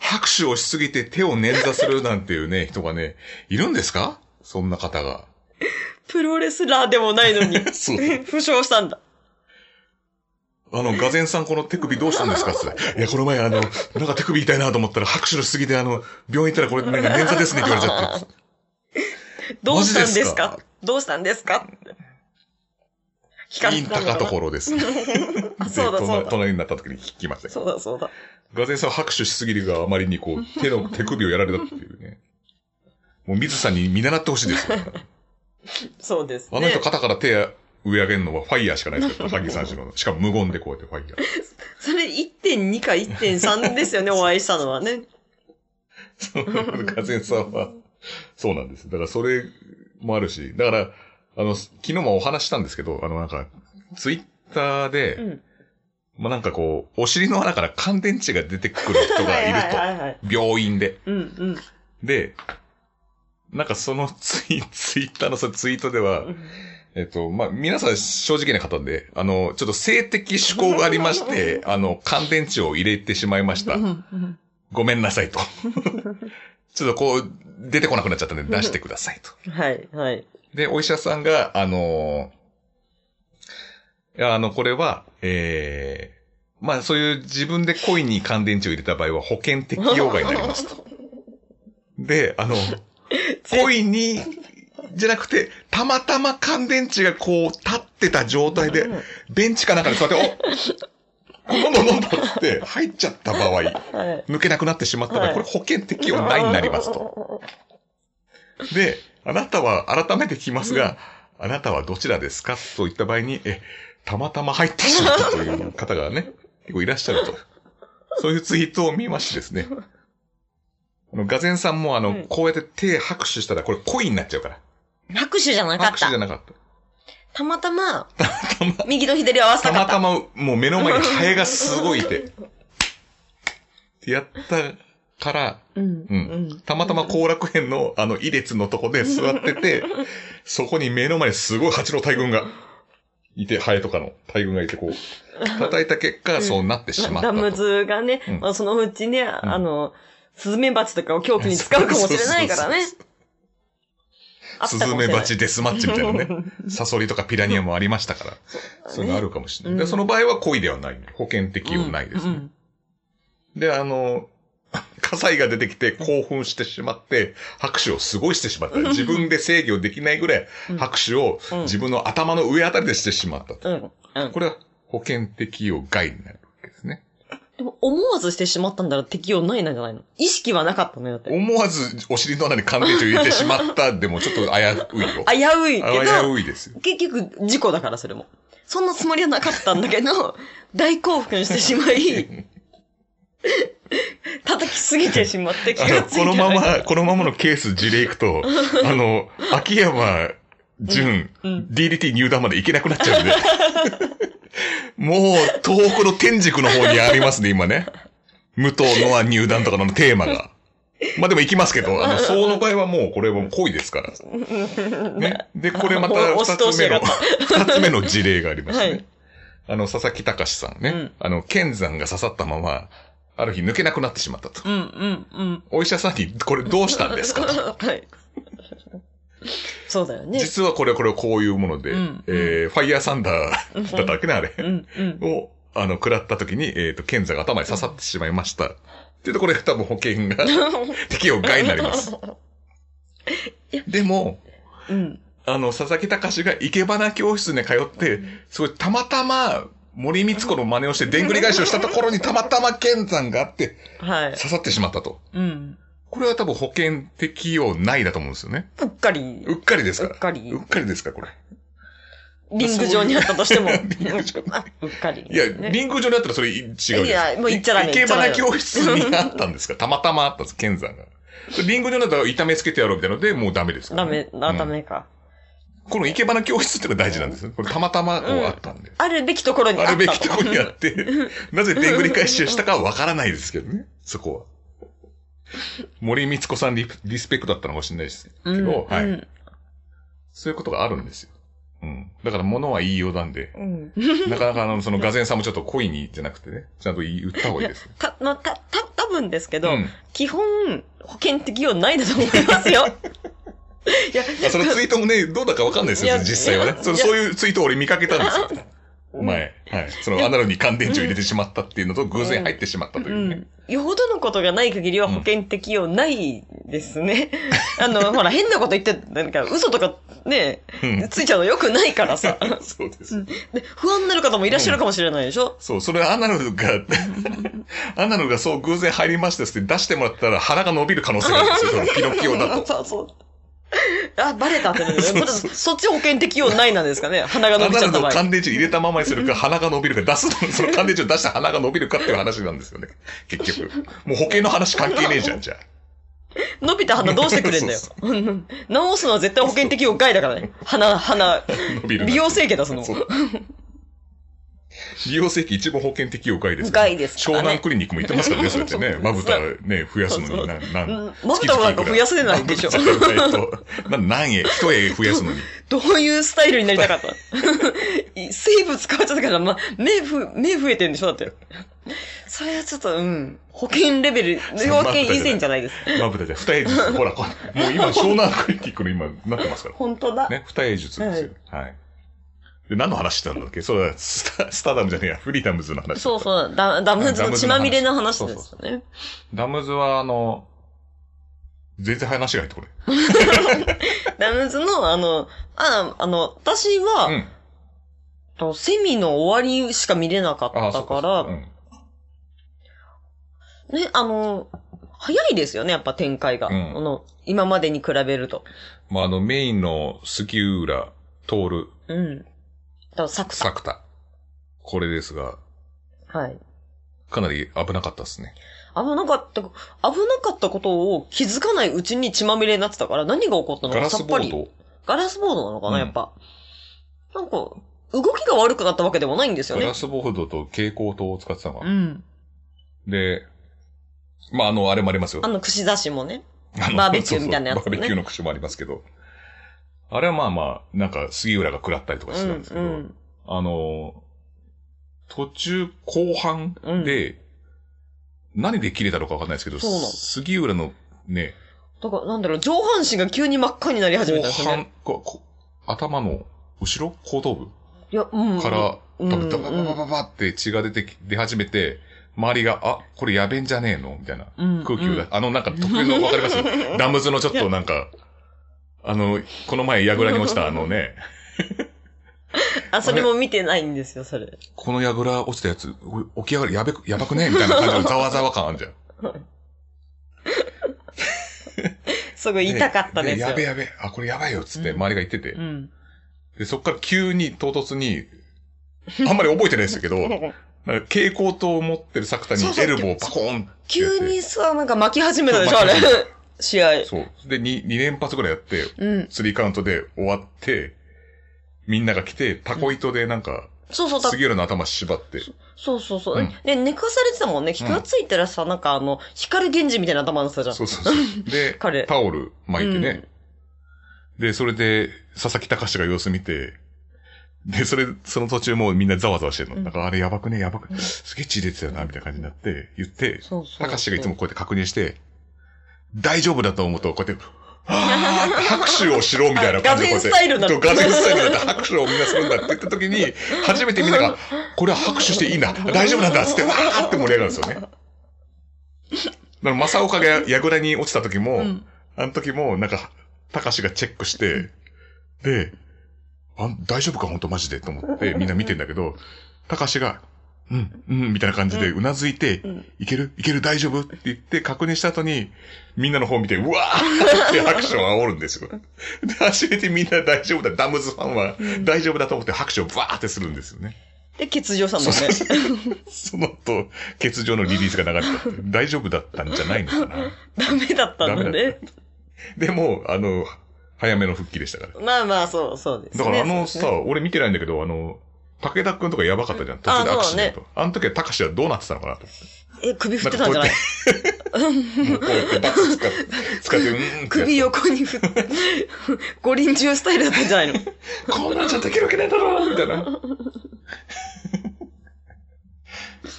Speaker 2: 拍手をしすぎて手を捻挫するなんていうね、人がね、いるんですかそんな方が。
Speaker 1: プロレスラーでもないのに、
Speaker 2: そう。
Speaker 1: 負傷したんだ。
Speaker 2: あの、ガゼンさんこの手首どうしたんですかって。いや、この前あの、なんか手首痛いなと思ったら拍手のしすぎて、あの、病院行ったらこれなんか捻挫ですねって言われち ゃって。
Speaker 1: どうしたんです
Speaker 2: マジ
Speaker 1: か
Speaker 2: で
Speaker 1: どうしたんですかって聞か
Speaker 2: イ
Speaker 1: れ
Speaker 2: ン
Speaker 1: た
Speaker 2: タ
Speaker 1: の
Speaker 2: カ
Speaker 1: か
Speaker 2: と
Speaker 1: な
Speaker 2: ころです。
Speaker 1: あそうだ
Speaker 2: で
Speaker 1: そう
Speaker 2: 隣
Speaker 1: だ。
Speaker 2: 隣になった時に聞きましたけど
Speaker 1: そうだそうだ。
Speaker 2: ガゼンさんは拍手しすぎるがあまりにこ う、手の、手首をやられたっていうね。もう水さんに見習ってほしいですよ。
Speaker 1: そうです、ね。
Speaker 2: あの人肩から手上上げるのはファイヤーしかないです から、萩三四郎の。しかも無言でこうやってファイヤー。
Speaker 1: それ1.2か1.3ですよね、お会いしたのはね。
Speaker 2: そうガゼンさんは、そうなんです。だからそれもあるし、だから、あの、昨日もお話ししたんですけど、あのなんか、ツイッターで、
Speaker 1: うん。
Speaker 2: まあなんかこう、お尻の穴から乾電池が出てくる人がいる
Speaker 1: はいはいはいはい。
Speaker 2: と。病院で。
Speaker 1: うんうん。
Speaker 2: で、なんかそのツイツイッターのさツイートでは、えっと、まあ、皆さん正直な方で、あの、ちょっと性的趣向がありま して、あの、乾電池を入れてしまいました
Speaker 1: う。んうん
Speaker 2: ごめんなさいと。 ちょっとこう、出てこなくなっちゃったんで出してくださいと。
Speaker 1: はいはい。
Speaker 2: で、お医者さんが、あの、いや、あの、これは、ええまあそういう自分でコインに乾電池を入れた場合は保険適用外になります と。で、あの、コインに、じゃなくて、たまたま乾電池がこう立ってた状態で、ベンチかなんかに座って、おどんどんどんどんって入っちゃった場合、
Speaker 1: はい。
Speaker 2: 抜けなくなってしまった場合、
Speaker 1: はい
Speaker 2: これ保険適用ないになりますと。
Speaker 1: と。
Speaker 2: で、あなたは、改めて聞きますが、あなたはどちらですかと言った場合に、え、たまたま入ってしまったという方がね、 結構いらっしゃると。そういうツイートを見ましてで すね。あの、ガゼンさんも、あの、
Speaker 1: うん
Speaker 2: こうやって手拍手したら、これ恋になっちゃうから。
Speaker 1: 拍手じゃなかっ
Speaker 2: 拍手じゃ
Speaker 1: た。
Speaker 2: なかった。
Speaker 1: たまたま、右と左を合わせ
Speaker 2: た
Speaker 1: たか
Speaker 2: ま
Speaker 1: った
Speaker 2: た。ま、もう目の前にハエがすごい いて、ってやったから、
Speaker 1: うん。
Speaker 2: うんたまたま後楽園のあの、イ列のとこで座ってて、そこに目の前にすごい蜂の大群がいて、ハエとかの大群がいて、こう、叩いた結
Speaker 1: う
Speaker 2: 果、
Speaker 1: ん
Speaker 2: そうなってしまっ
Speaker 1: ダ
Speaker 2: たと。
Speaker 1: ムズがね、
Speaker 2: うん
Speaker 1: まあ、そのうちね、あの、スズメバチとかを凶器に使うかもしれないからね
Speaker 2: そう。
Speaker 1: あった
Speaker 2: ス
Speaker 1: か
Speaker 2: ズ
Speaker 1: もし
Speaker 2: メ
Speaker 1: れない
Speaker 2: バチデスマッチみたい なね。サソリとかピラニアもありましたから、そういうのあるかもしれない。
Speaker 1: うん
Speaker 2: でその場合は故意ではない。保険適用ないですね。
Speaker 1: うん
Speaker 2: で、あの、 火災が出てきて興奮してしまって、拍手をすごいしてしまった。自分で制御できないぐらい
Speaker 1: うん
Speaker 2: 拍手を
Speaker 1: うん
Speaker 2: 自分の頭の上あたりでしてしまったと。
Speaker 1: うん。うん。うん。
Speaker 2: これは保険適用外になるわけですね。
Speaker 1: でも、思わずしてしまったんだら適用ないなんじゃないの意識はなかったのよ、だって。
Speaker 2: 思わずお尻の穴に乾電池を入れてしまったでもちょっと危ういよ。
Speaker 1: 危ういけど、
Speaker 2: 危ういですよ。
Speaker 1: 結局、事故だから、それも。そんなつもりはなかったんだけど、 大興奮してしまい、 叩きすぎてしまって気
Speaker 2: あ
Speaker 1: が
Speaker 2: の、
Speaker 1: ついて
Speaker 2: このま
Speaker 1: ない
Speaker 2: ま、このままのケース事例いくと、あの、秋山純、
Speaker 1: うんうん
Speaker 2: DDT 入団まで行けなくなっちゃうんで。もう、東北の天竺の方にありますね、今ね。武藤ノア入団とかのテーマが。まあでも行きますけど、あの、そうの場合はもう、これも恋ですから。ね。で、これまた
Speaker 1: あもう
Speaker 2: 二
Speaker 1: 押し通
Speaker 2: つ
Speaker 1: しやが
Speaker 2: 目
Speaker 1: っ
Speaker 2: の、二つ目の事例がありますね。
Speaker 1: はい
Speaker 2: あの、佐々木隆さんね。
Speaker 1: うん
Speaker 2: あの、剣山が刺さったまま、ある日抜けなくなってしまったと。
Speaker 1: うん、うん、うん。
Speaker 2: お医者さんに、これどうした んですかと。
Speaker 1: はい。そうだよね。
Speaker 2: 実はこれはこれはこういうもので、
Speaker 1: うん
Speaker 2: えー、ファイヤーサンダーだったわけね、あれ。
Speaker 1: うん、うん。
Speaker 2: を、あの、食らった時に、えっ、と、剣座が頭に刺さってしまいました。っていうと、これ多分保険が適用外になり ます。でも、
Speaker 1: うん。
Speaker 2: あの、佐々木隆が生け花教室に通って、すごいたまたま森光子の真似をして、でんぐり返しをしたところにたまたま剣山があって、
Speaker 1: はい。
Speaker 2: 刺さってしまったと。
Speaker 1: うん。
Speaker 2: これは多分保険適用ないだと思うんですよね。
Speaker 1: うっかり、
Speaker 2: うっかりですから。
Speaker 1: うっかり
Speaker 2: うっかりですか、これ。
Speaker 1: リング上にあったとしても。
Speaker 2: リング上
Speaker 1: あうっかり。
Speaker 2: いや、
Speaker 1: ね
Speaker 2: リンク上にあったらそれ違うじゃん
Speaker 1: いやもう行っちゃダメ
Speaker 2: い生け花
Speaker 1: 行っちゃダメ
Speaker 2: 教室にあったんですか たまたまあったんです、剣山が。リンク上にあったら痛めつけてやろうみたいなので、もうダメですから
Speaker 1: ダ
Speaker 2: ね、
Speaker 1: メ、あ、ダ
Speaker 2: うん
Speaker 1: メか。
Speaker 2: この生け花教室ってのが大事なんですよ。これたまたまこうあったんで。
Speaker 1: あるべきところにあっ
Speaker 2: あ
Speaker 1: た
Speaker 2: るべきところにあ
Speaker 1: っ
Speaker 2: って、なぜでんぐり返しをしたかはわからないですけどね、そこは。森光子さんリリスペクトだったのかもしれないですけど、はい、
Speaker 1: うん。
Speaker 2: そういうことがあるんですよ。うん。だから物は言いようなんで、
Speaker 1: うん。
Speaker 2: なかなかあの、そのガゼンさんもちょっと恋にじゃなくてね、ちゃんと言った方がいいです。
Speaker 1: た、まあ、た、た、多分ですけ
Speaker 2: う
Speaker 1: ど、
Speaker 2: ん。
Speaker 1: 基本、保険適用ないだと思います よ。いや、
Speaker 2: あそのツイート もね、どうだかわかんないですよ、
Speaker 1: いや
Speaker 2: 実際はね
Speaker 1: い。や
Speaker 2: その
Speaker 1: いや
Speaker 2: そういうツイートを俺見かけたんですよ。前。はい。そのアナロに乾電池を入れてしまったっていうのと偶然入ってしまったといううね
Speaker 1: ん。。よほどのことがない限りは保険適用ないです ね。あの、ほら、変なこと言って、なんか嘘とかね、
Speaker 2: うん
Speaker 1: ついちゃうの良くないからさ。
Speaker 2: そうです。
Speaker 1: で不安になる方もいらっしゃるかもしれないでしょ、
Speaker 2: そう、それアナロが、 アナロがそう偶然入りましたっつって出してもらったら腹が伸びる可能性があるんですよ、そのピノキオだと。
Speaker 1: そうそう。あ、バレたってなるよね
Speaker 2: そうそう
Speaker 1: まだそっち保険適用ないなんですかね。鼻が
Speaker 2: アナ
Speaker 1: 伸びちゃ
Speaker 2: ロ
Speaker 1: った
Speaker 2: の
Speaker 1: 場合。
Speaker 2: 乾電池入れたままにするか、鼻が伸びるか、出すの、その乾電池を出した鼻が伸びるかっていう話なんですよね。結局。もう保険の話関係ねえじゃん、じゃあ。
Speaker 1: 伸びた鼻どうしてくれんだよ。
Speaker 2: そ
Speaker 1: うん 直すのは絶対保険適用外だからね。鼻、鼻、
Speaker 2: 伸びるなんて。
Speaker 1: 美容整形だ、その。
Speaker 2: そう美容整形一番保険適用外ですよ、
Speaker 1: 外ですからね
Speaker 2: 湘南クリニックも言ってますからね、 そうやってね。
Speaker 1: そう
Speaker 2: まぶたね、増やすのにな、な
Speaker 1: うん
Speaker 2: ん、
Speaker 1: まぶたもなんか増やせないでしょ
Speaker 2: まぶたがないとな何へ、一へ増やすのに。
Speaker 1: どういうスタイルになりたかった い生物変わっちゃったから、まあ、目ふ、目増えてるんでしょだって。それはちょっと、うん。保険レベル、保険以前じゃないです。
Speaker 2: まぶたじゃ、二重 術。ほら、こもう今、湘南クリニックの今、なってますから。
Speaker 1: 本当だ。
Speaker 2: ね、二重術ですよ。はい。で、何の話してたんだっけそれはスタ、スターダムじゃねえや、フリーダムズの話。
Speaker 1: そうそう、ダダムズの血まみれの話ですよね。
Speaker 2: ダムズは、あの、全然話が入ってこ
Speaker 1: ダムズの、あの、あ、あの、私は、
Speaker 2: ない。うん。
Speaker 1: とセミの終わりしか見れなかっ
Speaker 2: ああ、
Speaker 1: た
Speaker 2: そう
Speaker 1: か
Speaker 2: そう
Speaker 1: ら、
Speaker 2: うん。
Speaker 1: ね、あの、早いですよね、やっぱ展開が。
Speaker 2: うん
Speaker 1: あの今までに比べると。
Speaker 2: まあ、あの、メインの杉浦、徹、
Speaker 1: うん。だからサクサ
Speaker 2: 作田。これですが、
Speaker 1: ク。はい。
Speaker 2: かなり危なかったですね。
Speaker 1: 危なかった、危なかったことを気づかないうちに血まみれになってたから、何が起こったの
Speaker 2: ガ
Speaker 1: か
Speaker 2: ラ
Speaker 1: さ
Speaker 2: ス
Speaker 1: っ
Speaker 2: ボ
Speaker 1: ぱ
Speaker 2: ー
Speaker 1: り。
Speaker 2: ド。
Speaker 1: ガラスボードなのかな、
Speaker 2: うん
Speaker 1: やっぱ。なんか、動きが悪くなったわけでもないんですよ
Speaker 2: ガ
Speaker 1: ね
Speaker 2: ラ。スボードと蛍光灯を使ってた
Speaker 1: う
Speaker 2: のが。
Speaker 1: ん。
Speaker 2: で、まあ、あの、あれもありますよ
Speaker 1: あ。の、串刺しもね。
Speaker 2: あの
Speaker 1: バーベキューみたいなやつね
Speaker 2: そうそうバーベキューの口もありますけど。あれはまあまあ、なんか杉浦が食らったりとかしてたんですけど、
Speaker 1: うんうん
Speaker 2: あの、途中後半で、何で切れたのかわかんないですけど、
Speaker 1: そうなの
Speaker 2: 杉浦のね、
Speaker 1: だから、なんだろう、上半身が急に真っ赤になり始め
Speaker 2: 後
Speaker 1: たんですよ
Speaker 2: 半
Speaker 1: ね。、
Speaker 2: ここ頭の後ろ後頭
Speaker 1: いや、う
Speaker 2: 部
Speaker 1: ん。
Speaker 2: から、
Speaker 1: うん
Speaker 2: 多分ダバ
Speaker 1: うん
Speaker 2: ババババって血が出てき、出始めて、周りが、あ、これやべえんじゃねえのみたいな。
Speaker 1: うん、
Speaker 2: 空気を出
Speaker 1: うん
Speaker 2: あの、なんか特有のわかりますダムズのちょっとなんか、あの、この前、ヤグラに落ちたあのね、
Speaker 1: あ、それも見てないんですよ、それ。
Speaker 2: このヤグラ落ちたやつ、お起き上がり、やべ、やばくねみたいな感じのざわざわ感あるじゃん。
Speaker 1: すごい痛かったですよ。
Speaker 2: やべやべ、あ、これやばいよ、つって
Speaker 1: うん
Speaker 2: 周りが言ってて
Speaker 1: う。ん。
Speaker 2: で、そっから急に唐突に、あんまり覚えてないですけど、なんか蛍光灯を持ってる作田に
Speaker 1: そうそう
Speaker 2: エルボーをパコーンってやって。
Speaker 1: 急にさ、なんか巻き始めたでしょ、あれ
Speaker 2: 巻き始め。
Speaker 1: 試合。
Speaker 2: そう。で、2、2連発ぐらいやって、
Speaker 1: うん。
Speaker 2: スリーカウントで終わって、みんなが来て、タコ糸でなんか、
Speaker 1: そうそう、だ
Speaker 2: 杉浦の頭縛って。
Speaker 1: そうそうそう。
Speaker 2: うん
Speaker 1: で、寝かされてたもんね。気がついたらさ、なんかあの、光源氏みたいな頭になってたじゃん。
Speaker 2: そうそうそう。 で、
Speaker 1: 彼
Speaker 2: タオル巻いてね。で、それで、佐々木隆が様子見て、で、それ、その途中もうみんなざわざわしてるの。
Speaker 1: うん
Speaker 2: なんか、あれやばくね、やばく、すげえ血出てたよな、みたいな感じになって、言って、
Speaker 1: そうそう。
Speaker 2: 隆がいつも。こうやって確認して、大丈夫だと思うと、こうやって、あー拍手をしろみたいな感じでこうやって。
Speaker 1: あガゼンスタイルになって
Speaker 2: そうガゼンスタイルになって拍手をみんなするんだって言った時に、初めてみんなが、これは拍手していいんだ、大丈夫なんだっつって、わーって盛り上がるんですよ ね。だから、正岡が矢倉に落ちた時も、
Speaker 1: うん。
Speaker 2: あの時も、なんか、たかしがチェックして、で、あん大丈夫か本当マジでと思ってみんな見てんだけど、たかしが、うん、うん、みたいな感じでうなずいて、
Speaker 1: うん
Speaker 2: いけるいける大丈夫って言って確認した後に、みんなの方見て、うわ ーって拍手を煽るんですよ。で、初めてみんな大丈夫だ。ダムズファンは大丈夫だと思って拍手をバーってするんですよね。
Speaker 1: で、欠場したもん
Speaker 2: そうそ
Speaker 1: ね。
Speaker 2: その後、欠場のリリースが流れたって。大丈夫だったんじゃないのかな。
Speaker 1: ダメだったの
Speaker 2: ダメだ
Speaker 1: ね。
Speaker 2: でも、あの、早めの復帰でしたから。
Speaker 1: まあまあ、そう、そうです、ね。
Speaker 2: だからあの
Speaker 1: そ
Speaker 2: さ、
Speaker 1: うですね
Speaker 2: 俺見てないんだけど、あの、武田くんとかやばかったじゃん。途中でアクシデント。あ,、の時は高志はどうなってたのかなと。
Speaker 1: え、首振ってたんじゃない
Speaker 2: もうこうやってバッと使って、使って、うーんってや
Speaker 1: 首
Speaker 2: つ。
Speaker 1: 横に振って、 五輪中スタイルだったんじゃないの
Speaker 2: こんなんじゃできるわけないだろうみたいな。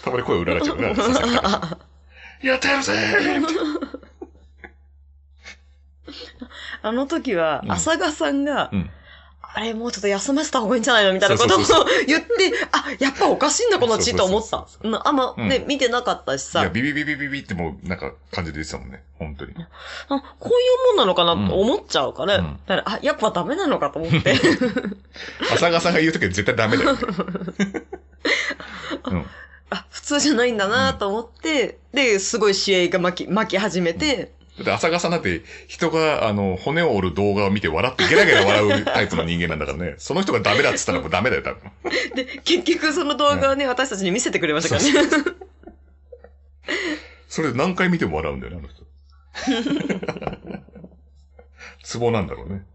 Speaker 2: たまに声裏がっちゃ うな。佐々木隆やってやるぜーって
Speaker 1: あの時は
Speaker 2: う、ん
Speaker 1: 浅賀さんが、
Speaker 2: うん
Speaker 1: あれ、もうちょっと休ませた方がいいんじゃないのみたいなことを
Speaker 2: そうそう
Speaker 1: 言って、あ、やっぱおかしいんだ、この血と思っ
Speaker 2: そう
Speaker 1: た
Speaker 2: そう。
Speaker 1: うんあんま、
Speaker 2: うん
Speaker 1: ね、見てなかったし
Speaker 2: いや、
Speaker 1: さ、
Speaker 2: ビビビビビビってもう、なんか感じで言ってたもんね。本当に。
Speaker 1: あこういうもんなのかなと思っちゃうから、
Speaker 2: うん
Speaker 1: だからあ、やっぱダメなのかと思 って。
Speaker 2: 浅川さんが言うときは絶対ダメ だよね。うん
Speaker 1: あ、普通じゃないんだなと思って、で、すごい試合が巻き、巻き始めて、
Speaker 2: だって、浅川さんだって、人が、あの、骨を折る動画を見て笑って、ゲラゲラ笑うタイプの人間なんだからね。その人がダメだって言ったらもうダメだよ、多分。
Speaker 1: で、結局その動画をね、私たちに見せてくれましたからね。
Speaker 2: それ何回見ても笑うんだよね、あの人。 ツボなんだろうね。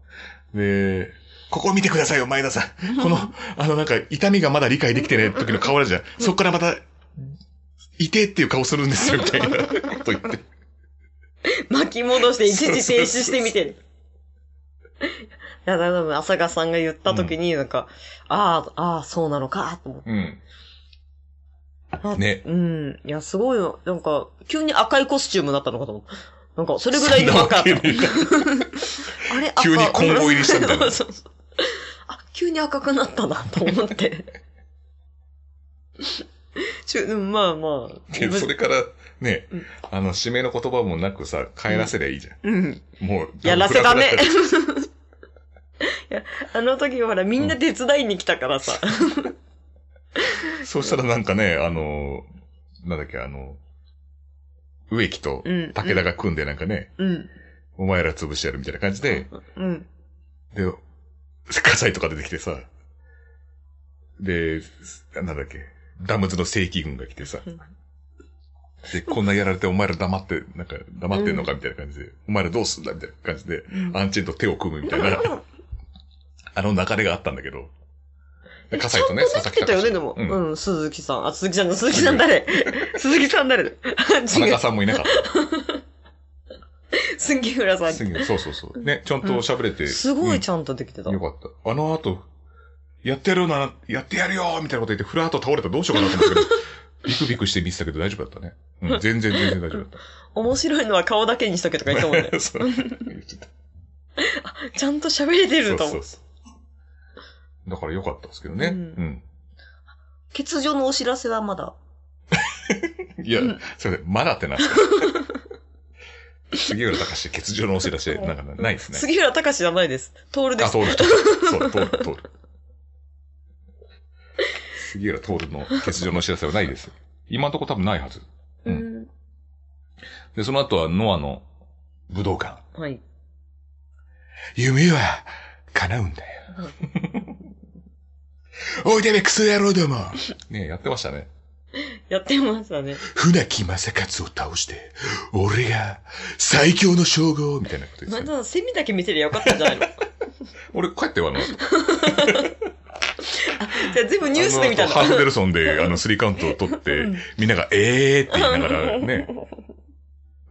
Speaker 2: で、ここ見てくださいよ、前田さん。この、あの、なんか、痛みがまだ理解できてない時の顔あるじゃん。そっからまた、痛えっていう顔するんですよ、みたいなこと言って。
Speaker 1: 巻き戻して一時停止してみてる。いや、だから、浅賀さんが言った時に、なんか、ああ、ああ、そうなのか、と思って。
Speaker 2: うん。ね。
Speaker 1: うん。いや、すごいよ、なんか、急に赤いコスチュームだったのかと思った。なんか、それぐらい で分かった。
Speaker 2: そんなわけねえ
Speaker 1: あれ、赤
Speaker 2: 急に混合入りしたみたいな
Speaker 1: そうそうあ、急に赤くなったなと思って。ちょ、でもまあまあ。
Speaker 2: で、それからね
Speaker 1: うん、
Speaker 2: あの、指名の言葉もなくさ、帰らせりゃいいじゃん。
Speaker 1: うん。
Speaker 2: もう、
Speaker 1: やらせダメ。
Speaker 2: 暗くなった
Speaker 1: いや、あの時ほら、みんな手伝いに来たからさ。
Speaker 2: りそうしたらなんかね、あの、なんだっけ、あの、植木と
Speaker 1: うん。
Speaker 2: 武田が組んでなんかね、
Speaker 1: うん。
Speaker 2: お前ら潰してやるみたいな感じで、
Speaker 1: うん。
Speaker 2: で、火災とか出てきてさ、で、なんだっけ、ダムズの正規軍が来てさ
Speaker 1: うん、
Speaker 2: で、こんなやられてお前ら黙って、なんか黙ってんのかみたいな感じで、お前らどうすんだみたいな感じで、
Speaker 1: うん
Speaker 2: アンチェンと手を組むみたいな、あの流れがあったんだけど。で葛西とね、
Speaker 1: ちゃんと出てたよね、でも。
Speaker 2: うん。
Speaker 1: うん、鈴木さん。あ、鈴木さん、鈴木さん誰 鈴木さ ん誰だ
Speaker 2: 田
Speaker 1: 違う
Speaker 2: 中。さんもいなかっ
Speaker 1: 杉浦さ
Speaker 2: た。
Speaker 1: ん。
Speaker 2: 杉野そうそうそう。ね、ちゃんと喋れて。
Speaker 1: すごい
Speaker 2: うん
Speaker 1: ちゃんとできてた。
Speaker 2: よかった。あの後、やってやるよな、やってやるよみたいなこと言って、ふらーっと倒れたらどうしようかなと思ったけど、 ビクビクして見てたけど大丈夫だったね。 うん、全然全然大丈夫だっ
Speaker 1: 面白いのは顔だけにしとけとか言ったもんね。
Speaker 2: た。そう言っちゃった
Speaker 1: ちゃんと喋れてると
Speaker 2: そう
Speaker 1: 思
Speaker 2: そうう。そう。だからよかったですけどね。
Speaker 1: う
Speaker 2: うんん。
Speaker 1: 欠場のお知らせはまだ。
Speaker 2: いや
Speaker 1: うん、
Speaker 2: それまだっ てなんですか杉浦隆史欠場のお知らせ、なんかないですね。
Speaker 1: 杉浦隆じゃないです。トールで
Speaker 2: あ、
Speaker 1: す。
Speaker 2: 通る。そうだ、通る、通る。杉浦徹の欠場のお知らせはないです。今のところ多分ないはず。
Speaker 1: う。
Speaker 2: うんで、その後はノアの武道館。
Speaker 1: はい。
Speaker 2: 夢は叶うんだよ。 おいでめクソ野郎ども。ねえやってましたね。
Speaker 1: やってましたね。
Speaker 2: 船木正勝を倒して、俺が最強の称号みたいなこと言っ
Speaker 1: なん
Speaker 2: てた。
Speaker 1: だ、セミだけ見せりゃよかったんじゃないの
Speaker 2: 俺帰ってよ、あの後。
Speaker 1: じゃあ全部ニュースで見た
Speaker 2: あ
Speaker 1: の
Speaker 2: の後ハーフデルソンで、あの、スリーカウントを取っ
Speaker 1: う
Speaker 2: て
Speaker 1: ん、
Speaker 2: みんなが、えーって言いなが らね。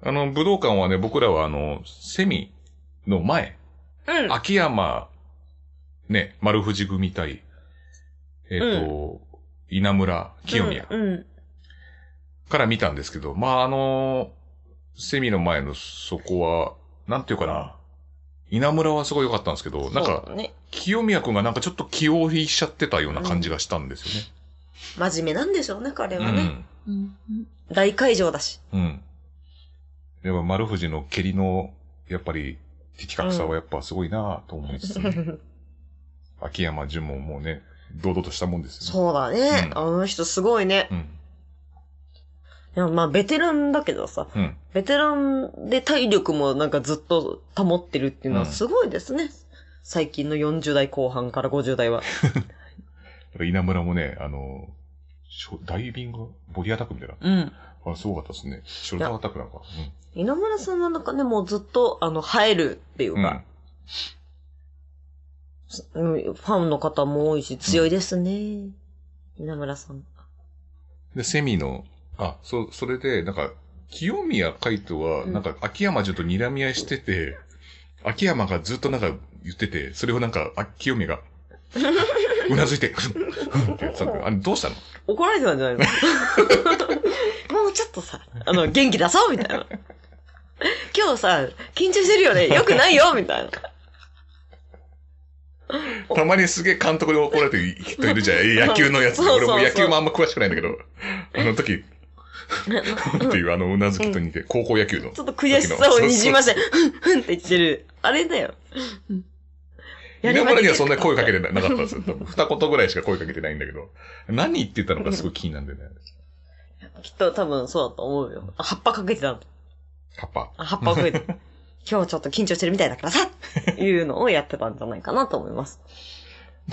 Speaker 2: あの、武道館はね、僕らはあの、セミの前、
Speaker 1: うん。
Speaker 2: 秋山、ね、丸藤組対、えっ、と、稲村、清宮
Speaker 1: うん。うん
Speaker 2: から見たんですけど、まあ、あの、セミの前のそこは、なんていうかな、稲村はすごい良かったんですけど、なん
Speaker 1: そ
Speaker 2: か、
Speaker 1: うね。
Speaker 2: 清宮くんがなんかちょっと気を引いちゃってたような感じがしたんですよね。
Speaker 1: 真面目なんでしょうね、彼
Speaker 2: う
Speaker 1: はね。
Speaker 2: ん。
Speaker 1: 大会場だし。
Speaker 2: うん。やっぱ丸藤の蹴りの、やっぱり、的確さはやっぱすごいなぁと思いつつ、 ね秋山純ももうね、堂々としたもんですよね。
Speaker 1: そうだね。
Speaker 2: うん
Speaker 1: あの人すごいね。
Speaker 2: うん。
Speaker 1: いや、まあ、ベテランだけどさ、
Speaker 2: うん。
Speaker 1: ベテランで体力もなんかずっと保ってるっていうのは
Speaker 2: うん
Speaker 1: すごいですね。最近の40代後半から50代は。
Speaker 2: だから稲村もね、あの、ショダイビングボディアタックみたいな。
Speaker 1: うん。
Speaker 2: あれすごかったですね。ショルダーアタックなんか。
Speaker 1: 稲村さんはなんかね、もうずっと、あの、生えるっていう
Speaker 2: うん。うん
Speaker 1: か、うんファンの方も多いし、強いですね。稲村さん。
Speaker 2: で、セミの、あ、そ、それで、なんか、清宮海斗は、
Speaker 1: うん
Speaker 2: なんか、秋山ちょっと睨み合いしてて、秋山がずっとなんか言ってて、それをなんか、あ清宮 が、うなずいて、ふんふんってやってたんだけど、あれどうしたの
Speaker 1: 怒られてたんじ ゃないのもうちょっとさ、あの、元気出そうみたいな。今日さ、緊張してるよね。よくないよみたいな。
Speaker 2: たまにすげえ監督に怒られてる人いるじゃ ん。野球のやつ。
Speaker 1: そうそう
Speaker 2: 俺
Speaker 1: そう
Speaker 2: も野球もあんま詳しくないんだけど、あの時、っていうあのうなずきと似て、高校野球の
Speaker 1: ちょ。っと悔しさをにじまして、ふんふんって言ってる。あれだよ。
Speaker 2: 稲村にはそんな声かけ
Speaker 1: る。
Speaker 2: てななかったんですよ。多分二言ぐらいしか声かけてないんだけど、何言ってたのかすごい気になるんだよね。
Speaker 1: きっと多分そうだと思うよ。あ葉っぱかけてたの。
Speaker 2: カッパ。
Speaker 1: あ葉っぱかけ て。今日ちょっと緊張してるみたいだからさっていうのをやってたんじゃないかなと思います。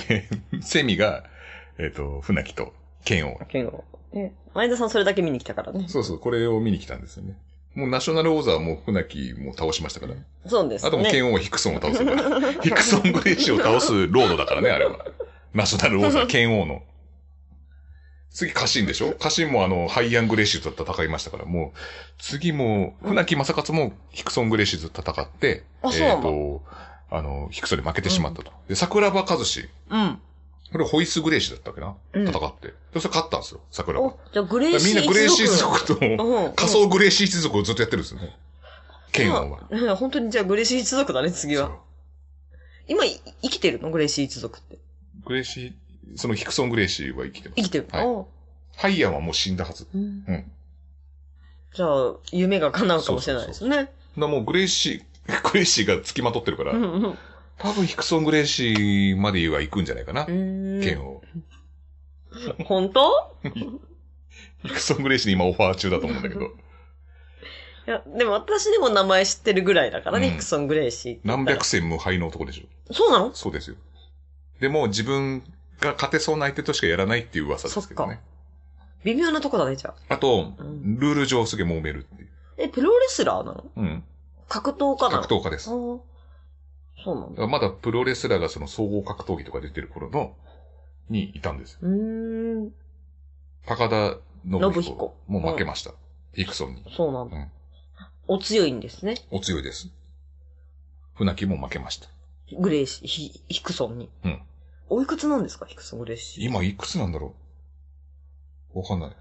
Speaker 2: で、セミが、えっ、と、船木と剣王。
Speaker 1: けど、ね前田さんそれだけ見に来たからね。
Speaker 2: そうそう、これを見に来たんですよね。もうナショナル王座はもう船木も倒しましたから。
Speaker 1: そうです
Speaker 2: あともう
Speaker 1: ね。
Speaker 2: 剣王はヒクソンを倒すから。 ヒクソングレイシーを倒すロードだからね、あれは。ナショナル王座、剣王の。次、家臣でしょ家臣もあの、ハイアングレイシーと戦いましたから、もう、次も、船木正勝もヒクソングレイシーと戦って、
Speaker 1: あそう
Speaker 2: え
Speaker 1: な
Speaker 2: っ、と、あの、ヒクソンに負けてしまったと。で、桜庭和志、
Speaker 1: うん。
Speaker 2: これホイスグレイシーだったっけな、
Speaker 1: うん
Speaker 2: 戦って。で、それ勝ったんですよ、桜庭
Speaker 1: お。、じゃあグレー
Speaker 2: だからみ
Speaker 1: シ
Speaker 2: ん
Speaker 1: ー
Speaker 2: な
Speaker 1: 一族。
Speaker 2: グレイシー族と、
Speaker 1: うん。
Speaker 2: 仮想グレイシー一族をずっとやってるんですよね。剣王は。
Speaker 1: うん。うん本当にじゃあグレーシー一族だね、次は。
Speaker 2: そ
Speaker 1: 今い生きてるのグレーシー一族って。
Speaker 2: うグレイシー、そのヒクソン・グレイシーは生きてます。
Speaker 1: 生きてる。
Speaker 2: はい。
Speaker 1: お
Speaker 2: ハイヤーはもう死んだはず。
Speaker 1: う
Speaker 2: うん
Speaker 1: ん。じゃあ、夢が叶うかもしれないですね。
Speaker 2: だからもうグレイシー、 グレイシーが付きまとってるから、
Speaker 1: うんうん
Speaker 2: 多分ヒクソン・グレイシーまでは行くんじゃないかな
Speaker 1: う。ん。
Speaker 2: 剣を。
Speaker 1: 本当
Speaker 2: ヒクソン・グレイシーに今オファー中だと思うんだけど。
Speaker 1: いや、でも私でも名前知ってるぐらいだからね、
Speaker 2: うん
Speaker 1: ヒクソン・グレイシーって言
Speaker 2: 何
Speaker 1: ったら。
Speaker 2: 百戦無敗の男でしょ。
Speaker 1: そうなの
Speaker 2: そうですよ。でも自分が勝てそうな相手としかやらないっていう噂ですけどね。
Speaker 1: 微妙なとこだね、じゃあ。
Speaker 2: あと、
Speaker 1: うん
Speaker 2: ルール上すげえ揉めるっていう。
Speaker 1: え、プロレスラーなの
Speaker 2: うん。
Speaker 1: 格闘家なの
Speaker 2: 格闘家です。
Speaker 1: 闘そうなんだ。
Speaker 2: まだプロレスラーがその総合格闘技とか出てる頃の、にいたんですよ。
Speaker 1: うーん、
Speaker 2: 高田信彦。
Speaker 1: 信彦
Speaker 2: もう負けました。ヒクソンに。
Speaker 1: そうなんだ。
Speaker 2: うん
Speaker 1: お強いんですね。
Speaker 2: お強いです。船木も負けました。
Speaker 1: グレイシー、ヒヒクソンに。
Speaker 2: うん
Speaker 1: おいくつなんですかヒクソン・グレイシー。
Speaker 2: 今いくつなんだろうわかんない。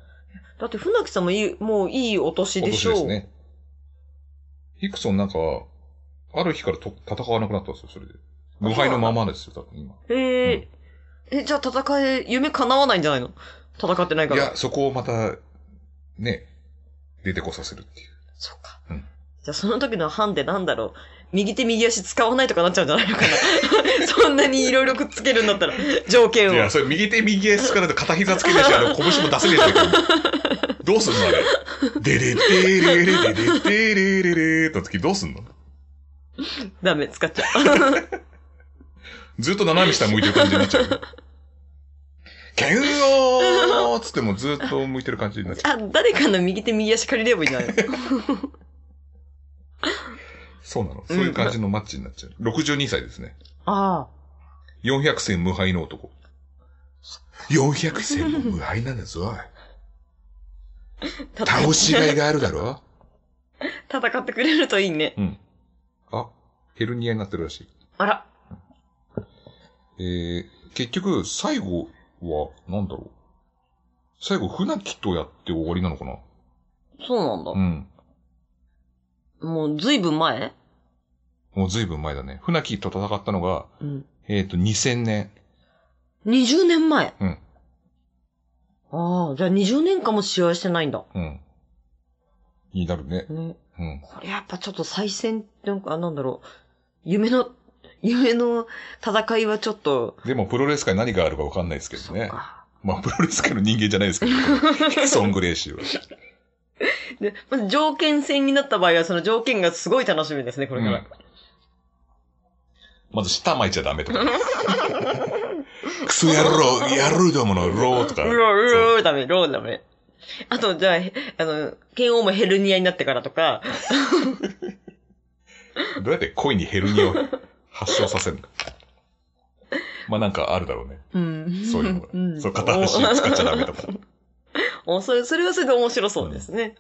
Speaker 1: だって船木さんもいい、もういいお年
Speaker 2: 今
Speaker 1: で
Speaker 2: 年
Speaker 1: しょう。
Speaker 2: ですね。ヒクソンなんか、ある日からと戦わなくなったんですよ、それで。無敗のままですよ、多分今。
Speaker 1: へえ、え、じゃあ戦い、夢叶わないんじゃないの戦ってないか
Speaker 2: い
Speaker 1: ら。
Speaker 2: や、そこをまた、ね、出てこさせるっていう。
Speaker 1: そうか。
Speaker 2: うん
Speaker 1: じゃあその時のハンデなんだろう。右手右足使わないとかなっちゃうんじゃないのかな。 そんなにいろいろくっつけるんだったら、条件を。
Speaker 2: いや、それ右手右足からと片膝つけてし、あの、拳も出せねえじゃん。どうすんのあれ。でれてれれれれてれれれの時どうすんの
Speaker 1: ダメ、使っちゃ
Speaker 2: ずっと斜め下向いてる感じになっちゃう。剣をーつってもうずっと向いてる感じになっちゃう。
Speaker 1: う。あ、誰かの右手右足借りればいいんじゃないの
Speaker 2: そうなの。そういう感じのマッチになっちゃう。62歳ですね。
Speaker 1: ああ。
Speaker 2: 400戦無敗の男。400戦も無敗なんだぞ。
Speaker 1: た
Speaker 2: 倒しがいがあるだろ
Speaker 1: 戦ってくれるといいね。
Speaker 2: うん。あ、ヘルニアになってるらしい。
Speaker 1: あら。
Speaker 2: えー、結局、最後は、なんだろう。最後、船木とやって終わりなのかな
Speaker 1: そうなんだ。
Speaker 2: うん。
Speaker 1: もうずいぶん前
Speaker 2: もう随分前だね。船木と戦ったのが、
Speaker 1: うん。
Speaker 2: えっ、と、2000年。
Speaker 1: 20年前。
Speaker 2: うん。
Speaker 1: ああ、じゃあ20年間も試合してないんだ。
Speaker 2: うん。になるね。
Speaker 1: ね。
Speaker 2: うん。
Speaker 1: これやっぱちょっと再戦、なんか、あなんだろう。夢の、夢の戦いはちょっと、
Speaker 2: でも、プロレス界何があるかわかんないですけど
Speaker 1: そう
Speaker 2: ね。
Speaker 1: か。
Speaker 2: まあ、プロレス界の人間じゃないですけど、 ソングレイシーは。
Speaker 1: で、まず条件戦になった場合は、その条件がすごい楽しみですね、これから。
Speaker 2: まず、舌巻いちゃダメとか。クソ野郎、野郎どもの、ローとか。
Speaker 1: うろうろうろダメ、ローダメ。あと、じゃあ、へあの、剣王もヘルニアになってからとか、
Speaker 2: どうやって恋にヘルニアを発症させるのか。 まあなんかあるだろうね。
Speaker 1: うん。
Speaker 2: そういうのが。
Speaker 1: ん
Speaker 2: そう、片足使っちゃダメとか。だか
Speaker 1: おおそれ、それはそれで面白そうですね。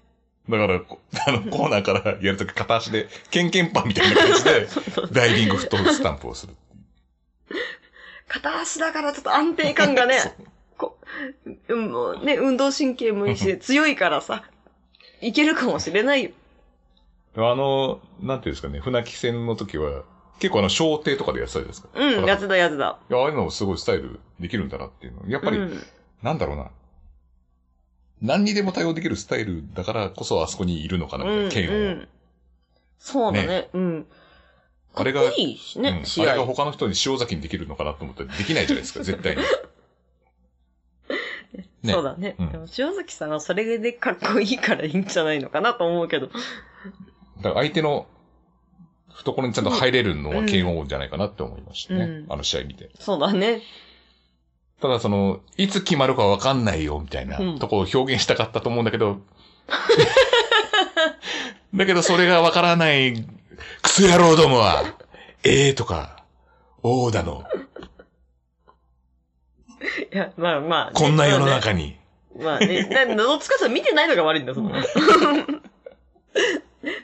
Speaker 2: ら、こあの、コーナーからやるとき片足で、ケンケンパンみたいな感 じで、ダイビングフットスタンプをする。
Speaker 1: 片足だからちょっと安定感がね、こうんもうね、運動神経もいいし、強いからさ、いけるかもしれないよ。
Speaker 2: あの、なんていうんですかね、船木戦の時は、結構あの、小艇とかでやってたじゃないですか。
Speaker 1: うん、やつだやつだ。
Speaker 2: いやああいうのすごいスタイルできるんだなっていうの。やっぱり、
Speaker 1: うん
Speaker 2: なんだろうな。何にでも対応できるスタイルだからこそあそこにいるのかな、み
Speaker 1: うん、
Speaker 2: たいな
Speaker 1: う
Speaker 2: 剣を。
Speaker 1: ん。そうだね、
Speaker 2: ね
Speaker 1: うん。
Speaker 2: あれが
Speaker 1: かっこいいしね、
Speaker 2: うん
Speaker 1: 試
Speaker 2: あれが
Speaker 1: 合。
Speaker 2: 他の人に塩崎にできるのかなと思ったらできないじゃないですか、絶対に。ね
Speaker 1: そうだね。
Speaker 2: うん
Speaker 1: でも塩崎さんはそれでかっこいいからいいんじゃないのかなと思うけど。
Speaker 2: だから相手の懐にちゃんと入れるのは KO じゃないかなって思いましたね。
Speaker 1: うん
Speaker 2: あの試合見て。
Speaker 1: そうだね。
Speaker 2: ただその、いつ決まるかわかんないよみたいな
Speaker 1: うん
Speaker 2: とこを表現したかったと思うんだけど、 だけどそれがわからない、クソ野郎どもは、ええとか、おうだの、
Speaker 1: いや、まあまあ、
Speaker 2: こんな世の
Speaker 1: まあね
Speaker 2: 中に。
Speaker 1: まあね、な、のつかさん見てないのが悪いんだ、その。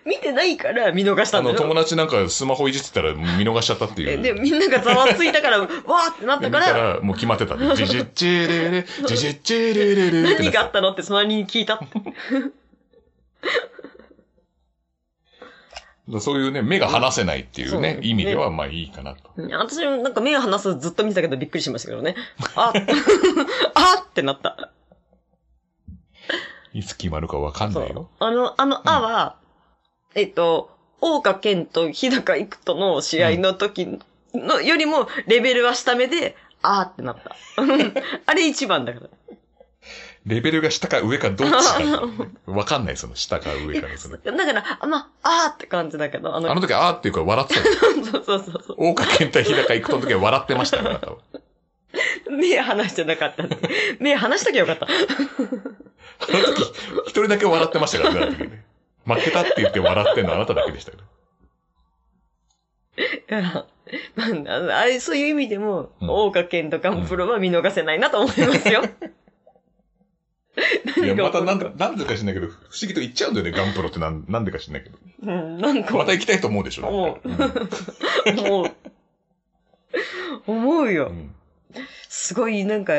Speaker 1: 見てないから見逃した
Speaker 2: あ
Speaker 1: んだ
Speaker 2: の、
Speaker 1: よ。
Speaker 2: 友達なんかスマホいじってたら見逃しちゃったってい
Speaker 1: え
Speaker 2: う。
Speaker 1: で、みんながざわついたから、わーってなった
Speaker 2: だ
Speaker 1: か、
Speaker 2: からら、もう決まってたね。ジェジェチェレレ、ジェジェチェレレレって
Speaker 1: 何が
Speaker 2: な
Speaker 1: あっ
Speaker 2: っ
Speaker 1: てたのって隣に聞いたって。
Speaker 2: らそういうね、目が離せないっていう
Speaker 1: そ
Speaker 2: ね
Speaker 1: う、
Speaker 2: 意味ではまあいいかなと。
Speaker 1: うん私もなんか目を離すのずっと見てたけどびっくりしましたけど ね。あ あってなった。
Speaker 2: いつ決まるかわかん
Speaker 1: そ
Speaker 2: ないうよ。。
Speaker 1: あの、あの、あは、えっと、大岡健と日高育人の試合の時のよりもレベルは下目で、あーってな った。あれ一番だから。
Speaker 2: レベルが下か上かどっちかなんだよね。わかんない、その下か上か のその。
Speaker 1: だから、あまあ、あーって感じだけど、あの、
Speaker 2: あの時、あーっていうか笑ってたよ。
Speaker 1: そうそうそうそ
Speaker 2: 大岡健太日高行くとの時は笑ってましたから、多分。
Speaker 1: う。目離してなかった。 目離しときゃよかった。
Speaker 2: あの時、一人だけ笑ってましたからねあの時ね、負けたって言って笑ってんのあなただけでしたけど。
Speaker 1: まあ、あれ、そういう意味でも、
Speaker 2: うん
Speaker 1: 大岡健とガンプロは見逃せないなと思いますよ。
Speaker 2: いや、
Speaker 1: 何が
Speaker 2: ま
Speaker 1: 起こ
Speaker 2: た
Speaker 1: る
Speaker 2: なんか、なんでか知んないけど、不思議と行っちゃうんだよね、ガンプロってなん、なんでか知んないけど。
Speaker 1: うん、なんか
Speaker 2: また行きたいと思うでしょ。
Speaker 1: 思
Speaker 2: だって
Speaker 1: 思う。思う
Speaker 2: う
Speaker 1: よ。
Speaker 2: ん。
Speaker 1: すごい、なんか、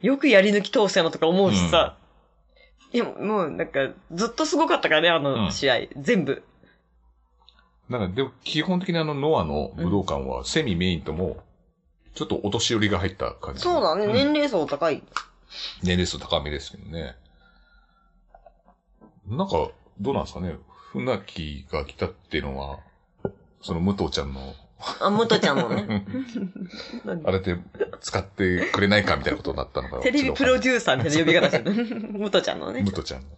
Speaker 1: よくやり抜き通したなとか思うしさ。いや、もう、なんか、ずっとすごかったからね、あ
Speaker 2: う
Speaker 1: の
Speaker 2: ん
Speaker 1: 試合。全部。
Speaker 2: だから、でも基本的にあの、ノアの武道館は、セミメインとも、ちょっとお年寄りが入った感じ。
Speaker 1: そうだね、
Speaker 2: ん
Speaker 1: 年齢層高い。
Speaker 2: 年齢層高めですけどね。なんか、どうなんですかね。船木が来たっていうのは、その武藤ちゃんの、
Speaker 1: あ、ムトちゃんのね。なん
Speaker 2: あ
Speaker 1: で
Speaker 2: れで使ってくれないかみたいなことになったのか な。
Speaker 1: テレビプロ
Speaker 2: ュ
Speaker 1: デューサーみたいな呼び方してる。 ムトちゃんのね
Speaker 2: 武。藤ちゃんの。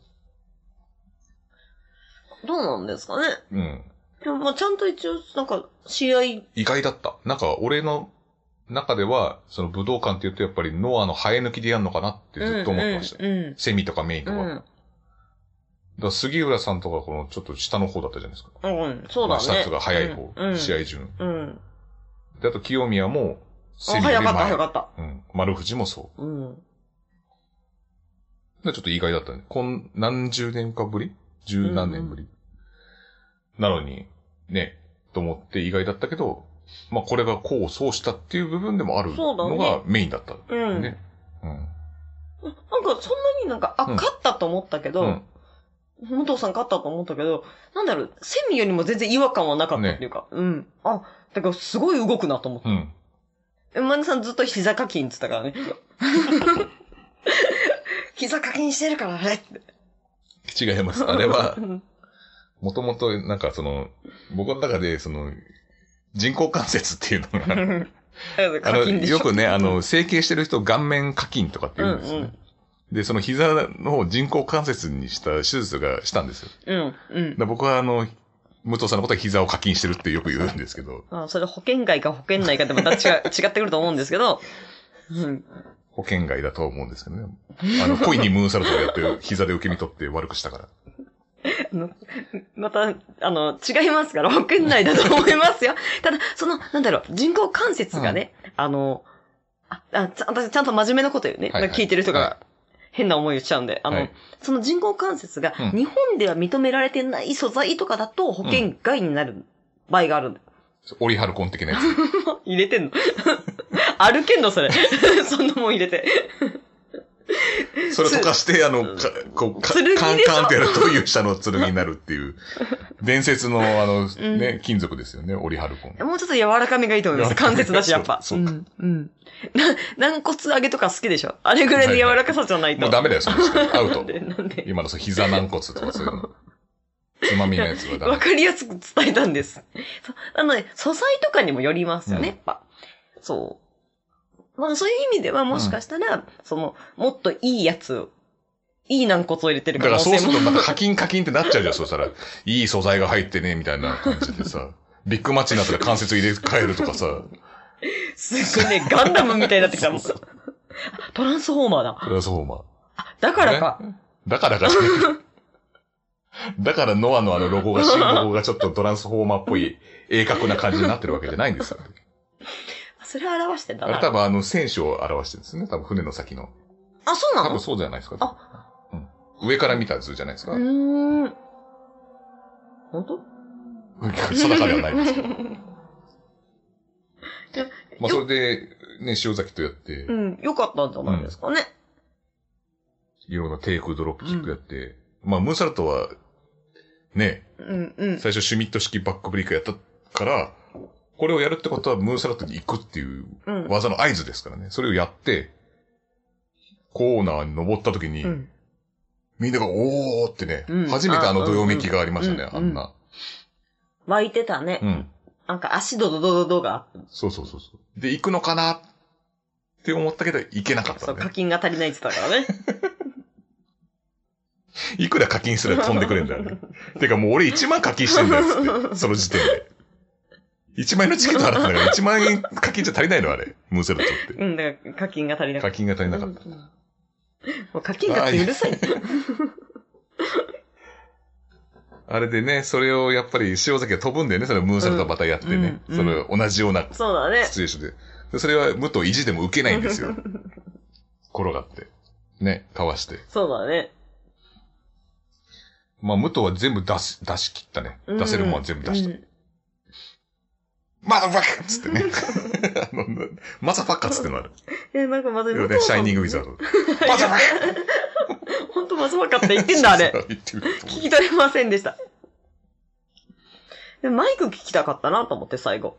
Speaker 1: どうなんですかね。
Speaker 2: うん。
Speaker 1: でも、まあ、ちゃんと一応、なんか、試合、
Speaker 2: 意外だった。なんか、俺の中では、その武道館って言うと、やっぱりノアの生え抜きでやるのかなってずっと思ってました。
Speaker 1: うんうん
Speaker 2: セミとかメイン
Speaker 1: う
Speaker 2: とか。だか
Speaker 1: ん。
Speaker 2: ら杉浦さんとか、この、ちょっと下の方だったじゃないですか。
Speaker 1: うん、うん、そうだ
Speaker 2: まあ
Speaker 1: ね。
Speaker 2: 下とか早い方、
Speaker 1: うんうん、
Speaker 2: 試合順。
Speaker 1: うん。
Speaker 2: で、あと清宮も、
Speaker 1: あ
Speaker 2: セミより
Speaker 1: 早かった、
Speaker 2: 前
Speaker 1: 早かった。
Speaker 2: うん。丸藤もそ
Speaker 1: うん。
Speaker 2: う。でちょっと意外だったね。こん、何十年かぶり十何年ぶり、なのに、ね、と思って意外だったけど、まあこれが功を奏したっていう部分でもある
Speaker 1: そうだね
Speaker 2: のがメインだった、
Speaker 1: うん。
Speaker 2: ね。うん。
Speaker 1: なんか、そんなになんか、あ、
Speaker 2: うん
Speaker 1: 勝ったと思ったけ
Speaker 2: う
Speaker 1: ど
Speaker 2: ん、
Speaker 1: 武藤さん勝ったと思ったけど、なんだろう、セミよりも全然違和感はなかったっていうか、うん。あ、だからすごい動くなと思って。
Speaker 2: うん。
Speaker 1: え、マネさんずっと膝課金って言ったか らね。膝課金してるからねって。
Speaker 2: 違います。あれは
Speaker 1: う、ん
Speaker 2: もともと、なんかその、僕の中で、その、人工関節っていうのが、あ
Speaker 1: 課
Speaker 2: の、
Speaker 1: 金でしょ
Speaker 2: よくね、あの、整形してる人、顔面課金とかって言うんですよね。
Speaker 1: うん
Speaker 2: で、その膝の方を人工関節にした手術がしたんですよ。
Speaker 1: うん、うん。
Speaker 2: で僕は、あの、武藤さんのことは膝を課金してるってよく言うんですけ ど、
Speaker 1: あそれ保険外か保険内かでまた 違う違ってくると思うんですけど、うん。
Speaker 2: 保険外だとは思うんですけどね。あの、恋にムーンサルトをやって、膝で受け身取って悪くしたから。
Speaker 1: あのまた、あの、違いますから、保険内だと思います よ。ただ、その、なんだろう、人工関節がね、あの、あ、あちゃ私ちゃんと真面目なこと言うね。
Speaker 2: はいはい
Speaker 1: 聞いてる人
Speaker 2: は
Speaker 1: が変な思いをしちゃうんで、あの、
Speaker 2: はい
Speaker 1: その人工関節が
Speaker 2: うん
Speaker 1: 日本では認められてない素材とかだと保険外になる場合があるんだ
Speaker 2: オリハルコン的なやつ。
Speaker 1: 入れてんの 歩けんのそれ。 そんなもん入れて。
Speaker 2: それを溶かして、あの、かこう、かカ
Speaker 1: 剣でしょ
Speaker 2: ンカンってやると勇者の剣になるって いう、伝説の、あの、ね、金属ですよね、オリハルコン。
Speaker 1: もうちょっと柔らかめがいいと思いま
Speaker 2: 柔
Speaker 1: す。
Speaker 2: らかめ
Speaker 1: 関節だし、やっぱ。
Speaker 2: そうそう
Speaker 1: うん。うん。な、軟骨揚げとか好きでしょあれぐらいの柔らかさじゃないと。
Speaker 2: もうダメだよ、その人。アウ
Speaker 1: な
Speaker 2: ト
Speaker 1: ん。で、なんで。
Speaker 2: 今のそう、膝軟骨とかそういうの。つまみのやつはダ
Speaker 1: わ
Speaker 2: メ。
Speaker 1: かりやすく伝えたんです。そうなので、素材とかにもよりますよね、
Speaker 2: う
Speaker 1: や
Speaker 2: ん
Speaker 1: っぱ。そう。まあ、そういう意味では、もしかしたら、その、もっといいやつを、いい軟骨を入れてる
Speaker 2: だ
Speaker 1: 可
Speaker 2: か
Speaker 1: 能
Speaker 2: らそう
Speaker 1: 性
Speaker 2: する
Speaker 1: も
Speaker 2: と。また課金課金ってなっちゃうじゃん、そうしたら。いい素材が入ってね、みたいな感じで さ。ビッグマッチになったら関節入れ替えるとかさ。
Speaker 1: すごいね、ガンダムみたいになってきたもん。
Speaker 2: そう
Speaker 1: あトランスフォーマーだ。
Speaker 2: トランスフォーマー。
Speaker 1: だからか。
Speaker 2: ね。 だからかじゃない。だからノアのあのロゴが、新ロゴがちょっとトランスフォーマーっぽい鋭角な感じになってるわけじゃないんですよ。
Speaker 1: それ表してんだ
Speaker 2: あれ
Speaker 1: な。
Speaker 2: 多分あの戦士を表してるんですね。多分船の先の。
Speaker 1: あ、そうな
Speaker 2: 多
Speaker 1: の
Speaker 2: 分そうじゃないですか。うん、上から見た図じゃないですか。
Speaker 1: うーん。本当
Speaker 2: 定かではないですけど。まあそ
Speaker 1: よ
Speaker 2: れで、ね、塩崎とやって、
Speaker 1: うん、よかったんじゃないですかね。
Speaker 2: いろんなテイクドロップキックやって、まあムーンサルトは、ね、
Speaker 1: うんうん。
Speaker 2: 最初シュミット式バックブリックやったから、これをやるってことはムーンサルトに行くっていう
Speaker 1: うん。
Speaker 2: 技の合図ですからね。それをやって、コーナーに登った時に、
Speaker 1: うん。
Speaker 2: みんながおーってね、
Speaker 1: うん
Speaker 2: 初めてあのどよめきがありましたね、
Speaker 1: あ
Speaker 2: あ
Speaker 1: うんうんん
Speaker 2: な。
Speaker 1: 湧いてたね。
Speaker 2: うん。
Speaker 1: なんか足ドドドドドが、
Speaker 2: そうそうそうそう。で、行くのかなって思ったけど、行けなかった
Speaker 1: そ
Speaker 2: ん
Speaker 1: う、
Speaker 2: だ
Speaker 1: 課
Speaker 2: ね。
Speaker 1: 金が足りないって言ってたからね。
Speaker 2: いくら課金すれば飛んでくれるんだよね。てかもう俺1万課金してんだよ、つって。その時点で。1万円のチケット払ったんだから、1万円課金じゃ足りないの、あれ。ムーンセルトっ
Speaker 1: うん、だから課金が足り
Speaker 2: て。
Speaker 1: なかっ
Speaker 2: 課金が足り
Speaker 1: た。
Speaker 2: なかった。
Speaker 1: うんもう課金がってうるさい。
Speaker 2: あれでね、それをやっぱり塩崎が飛ぶんだよね、それをムーンセルトまたやってね。
Speaker 1: うん
Speaker 2: それを同じような
Speaker 1: そうだね
Speaker 2: シ。チュエーションで。でそれは武藤意地でも受けないんですよ。転がって。ね、かわして。
Speaker 1: そうだね。
Speaker 2: まあ、武藤は全部出し、出し切ったね。
Speaker 1: うん
Speaker 2: 出せるもんは全部出した。
Speaker 1: うん
Speaker 2: まだバカっつってね。 あの、まさバカっつってのある。
Speaker 1: え、なんかまず
Speaker 2: よね、シャイニングウィザード。まさバカっ
Speaker 1: ほんとまずまかって言ってんだ、あれ。
Speaker 2: 言ってると思
Speaker 1: 聞
Speaker 2: う
Speaker 1: き取れませんでした。でマイク聞きたかったなと思って、最後。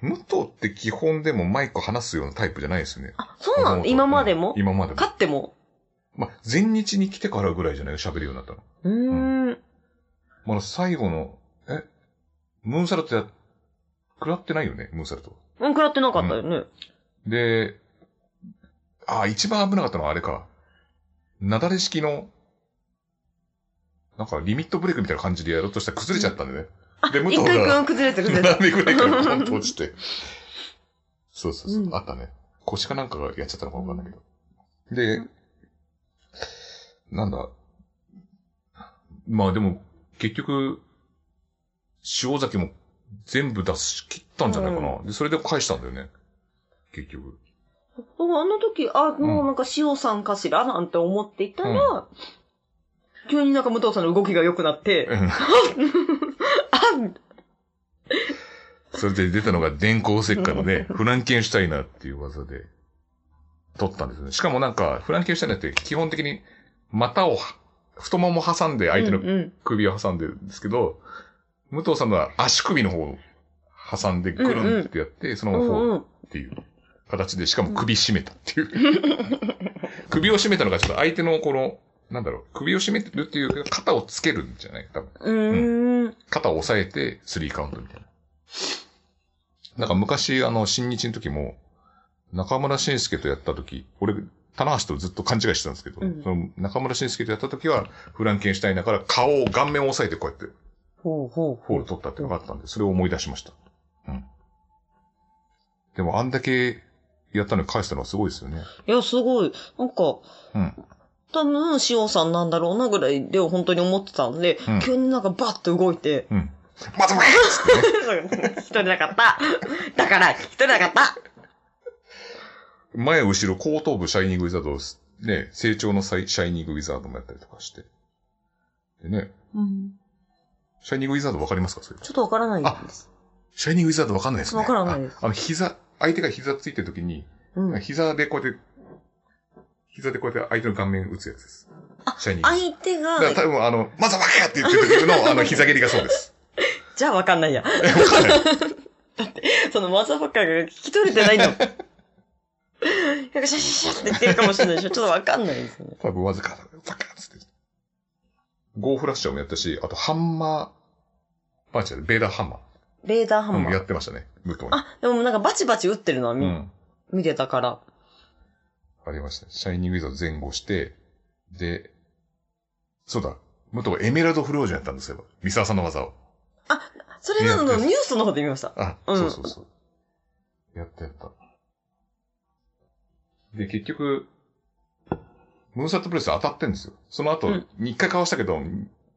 Speaker 2: 武藤って基本でもマイク話すようなタイプじゃないですよね。
Speaker 1: あ、そうな
Speaker 2: 元々
Speaker 1: の
Speaker 2: は
Speaker 1: 今までも
Speaker 2: 今までも。
Speaker 1: 勝っても
Speaker 2: まあ、前日に来てからぐらいじゃない喋るようになったの。
Speaker 1: うーん。
Speaker 2: まだ最後の、えムーンサルトや、食らってないよね、ムーンサルト。
Speaker 1: うん、食らってなかったよね。
Speaker 2: で、あ、一番危なかったのはあれか。なだれ式の、なんかリミットブレイクみたいな感じでやろうとしたら崩れちゃったんだよね。で、武
Speaker 1: 一
Speaker 2: 藤
Speaker 1: 回く
Speaker 2: が
Speaker 1: ん崩れて崩れて。
Speaker 2: 斜めぐらいからポンと落ちて。そうそうそう、
Speaker 1: うん
Speaker 2: あったね。腰かなんかがやっちゃったのかわかんないけど。で、なんだ。まあでも、結局、塩崎も全部出し切ったんじゃないかな。で、それで返したんだよね。結局。
Speaker 1: 僕あの時、あ、もうなんか塩さんかしらなんて思っていたら、急になんか武藤さんの動きが良くなって、あ、
Speaker 2: それで出たのが電光石火のね、フランケンシュタイナーっていう技で、取ったんですよね。しかもなんか、フランケンシュタイナーって基本的に、股をは、太もも挟んで、相手の
Speaker 1: うんうん
Speaker 2: 首を挟んでるんですけど、武藤さんのは足首の方を挟んでぐるんってやって、その
Speaker 1: う
Speaker 2: 方
Speaker 1: ん
Speaker 2: を
Speaker 1: うん。
Speaker 2: っていう形で、しかも首絞めたっていう。首を絞めたのがちょっと相手のこの、なんだろう、首を絞めてるっていうか肩をつけるんじゃない多分。
Speaker 1: うーん。
Speaker 2: 肩を押さえて、スリーカウントみたいな。なんか昔、あの、新日の時も、中村晋介とやった時、俺、棚橋とずっと勘違いしてたんですけど、
Speaker 1: うん
Speaker 2: その中村晋介とやった時は、フランケンシュタイナーから顔を顔面を押さえてこうやって、
Speaker 1: ほうほう
Speaker 2: フォー
Speaker 1: ほ
Speaker 2: ル取ったっていうのがあったんで、それを思い出しました。うん。でも、あんだけやったのに返したのはすごいですよね。
Speaker 1: う。いや、すごい。なんか、
Speaker 2: うん。
Speaker 1: 多分、塩さんなんだろうなぐらいで本当に思ってたんで、
Speaker 2: うん
Speaker 1: 急になんかバッと動いて、
Speaker 2: うん。またまたっつってね
Speaker 1: 聞き取れなかった。だから、聞き取れなかっ
Speaker 2: 前後ろ後頭部シャイニングウィザードをす、ね、成長のサイシャイニングウィザードもやったりとかして。でね、
Speaker 1: た。うん、
Speaker 2: シャイニングウィザードわかりますかそれ
Speaker 1: ちょっとわからないです。
Speaker 2: シャイニングウィザードわかんないですね。
Speaker 1: わからないです
Speaker 2: あ。あの、膝、相手が膝ついてるときに、
Speaker 1: うん、
Speaker 2: 膝でこうやって、膝でこうやって相手の顔面打つやつです。シャイニングウィザー
Speaker 1: 相手が
Speaker 2: ド。だ、から多分あの、まずバカって言ってる 時の、あの、膝蹴りがそうです。
Speaker 1: じゃあわかんないや。
Speaker 2: え、わかんない。
Speaker 1: そのマザーファッカーが聞き取れてないの。なんかシャシャシャって言ってるかもしれないでしょ。ちょっとわかんないですね。
Speaker 2: 多分わずかだ。バカっつって。ゴーフラッシャーもやったし、あとハンマー、バーチャル、ベーダーハンマ
Speaker 1: レーダーハ
Speaker 2: ー。
Speaker 1: ンマ
Speaker 2: うん、や
Speaker 1: ー。
Speaker 2: ってましたね。武藤に。
Speaker 1: あ、でもなんかバチバチ打ってるのは
Speaker 2: う
Speaker 1: 見,、
Speaker 2: ん。
Speaker 1: 見てたから。
Speaker 2: ありました。シャイニングウィザード前後して、で、そうだ、武藤がエメラルドフロージョンやったんですよ。ミサワさんの技を。
Speaker 1: それなの
Speaker 2: いや
Speaker 1: ニュースの方で見ました。
Speaker 2: あ、
Speaker 1: うん
Speaker 2: そうそうそう。やったやった。で、結局、ムーンサットプレス当たってんですよ。その後、
Speaker 1: うん
Speaker 2: 1回かわしたけど、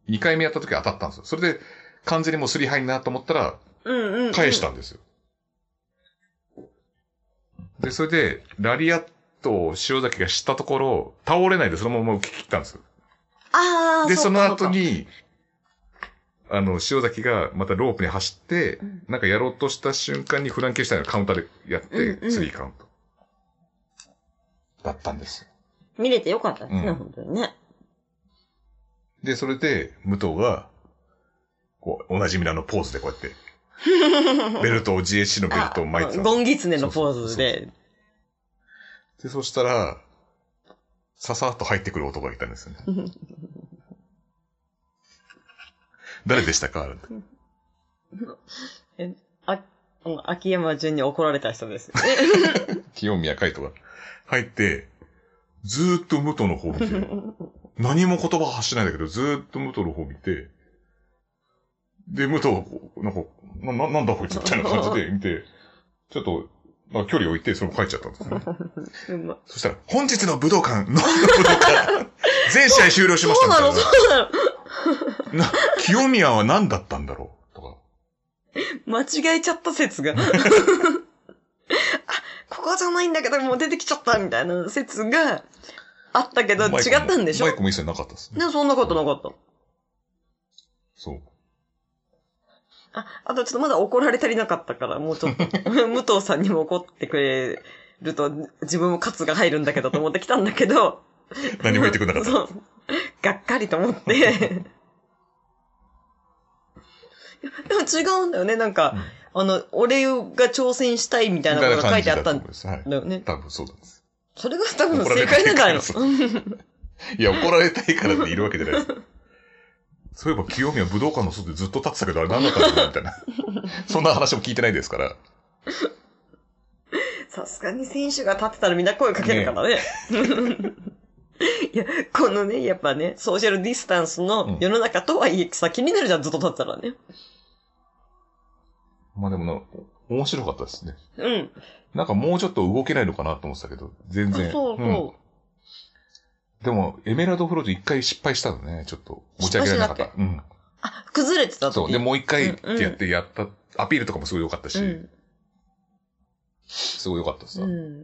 Speaker 2: 2回目やった時当たったんですよ。それで、完全にもうスリーハイになと思ったら、
Speaker 1: うんうん、うん。
Speaker 2: 返したんですよ。で、それで、ラリアットを塩崎がしたところ、倒れないでそのまま受け切ったんですよ。
Speaker 1: ああ。
Speaker 2: で、
Speaker 1: うか
Speaker 2: その後
Speaker 1: うか。
Speaker 2: に、あの、塩崎がまたロープに走って、
Speaker 1: うん
Speaker 2: なんかやろうとした瞬間にフランケンシュタインのカウンターでやって、
Speaker 1: うんうん
Speaker 2: スリーカウント。だったんですよ。
Speaker 1: 見れてよかったですね、
Speaker 2: うん
Speaker 1: 本当にね。
Speaker 2: で、それで、武藤が、こう、おなじみのあのポーズでこう やって、ベルトを、GHC のベルトを巻いてたの
Speaker 1: ゴンギツネのポーズで。
Speaker 2: で、そしたら、ささっと入ってくる男がいたんですよね。誰でしたか
Speaker 1: うん秋山純に怒られた人です。
Speaker 2: 清宮海斗が入って、ずーっと武藤の方を見て、何も言葉発しないんだけど、ずーっと武藤の方を見て、で、武藤がこう、なんか、な、ななんだこいつみたいな感じで見て、ちょっと、まあ、距離を置いて、その帰っちゃったんですね。
Speaker 1: うま
Speaker 2: そしたら、本日の武道館、何の武道館全試合終了しまし
Speaker 1: そ
Speaker 2: た
Speaker 1: う
Speaker 2: み
Speaker 1: な
Speaker 2: たい
Speaker 1: の、そうなの。
Speaker 2: な。な、清宮は何だったんだろうとか。
Speaker 1: 間違えちゃった説が。あ、ここじゃないんだけど、もう出てきちゃったみたいな説があったけど、
Speaker 2: マ
Speaker 1: 違
Speaker 2: イクも
Speaker 1: ったんでしょ
Speaker 2: マイクも一切なかったですね。
Speaker 1: ね、そんなことなかった。
Speaker 2: そう。
Speaker 1: あ、あとちょっとまだ怒られたりなかったから、もうちょっと、武藤さんにも怒ってくれると、自分も喝が入るんだけどと思ってきたんだけど。
Speaker 2: 何も言ってくれなかった
Speaker 1: そう。がっかりと思 って。でも違うんだよね、なんか、あの、俺が挑戦したいみたいなことが書いてあった
Speaker 2: み
Speaker 1: ん
Speaker 2: たいな感じだと思います。
Speaker 1: だよね。
Speaker 2: はい。多分そうなんです。
Speaker 1: それが多分正解なんじゃないの
Speaker 2: 怒らいや、怒られたいからっているわけじゃないです。そういえば、清宮武道館の外でずっと立ってたけど、あれ何だったんだろうみたいな。そんな話も聞いてないですから。
Speaker 1: さすがに選手が立ってたらみんな声かけるからね。いや、このね、やっぱね、ソーシャルディスタンスの世の中とはいえさ、気になるじゃん、ずっと立ってたらね。
Speaker 2: まあでもな、お面白かったですね。
Speaker 1: うん。
Speaker 2: なんかもうちょっと動けないのかなと思ってたけど、全
Speaker 1: あ
Speaker 2: 然。
Speaker 1: そうそう。
Speaker 2: うんでも、エメラルドフローズ一回失敗したのね、ちょっと。持ち上げられなかった。
Speaker 1: 失
Speaker 2: うん。
Speaker 1: あ、崩れてた時
Speaker 2: そう。で、もう一回ってやってやった、アピールとかもすごい良かったし、
Speaker 1: うん。
Speaker 2: すごい良かったさ、
Speaker 1: うん。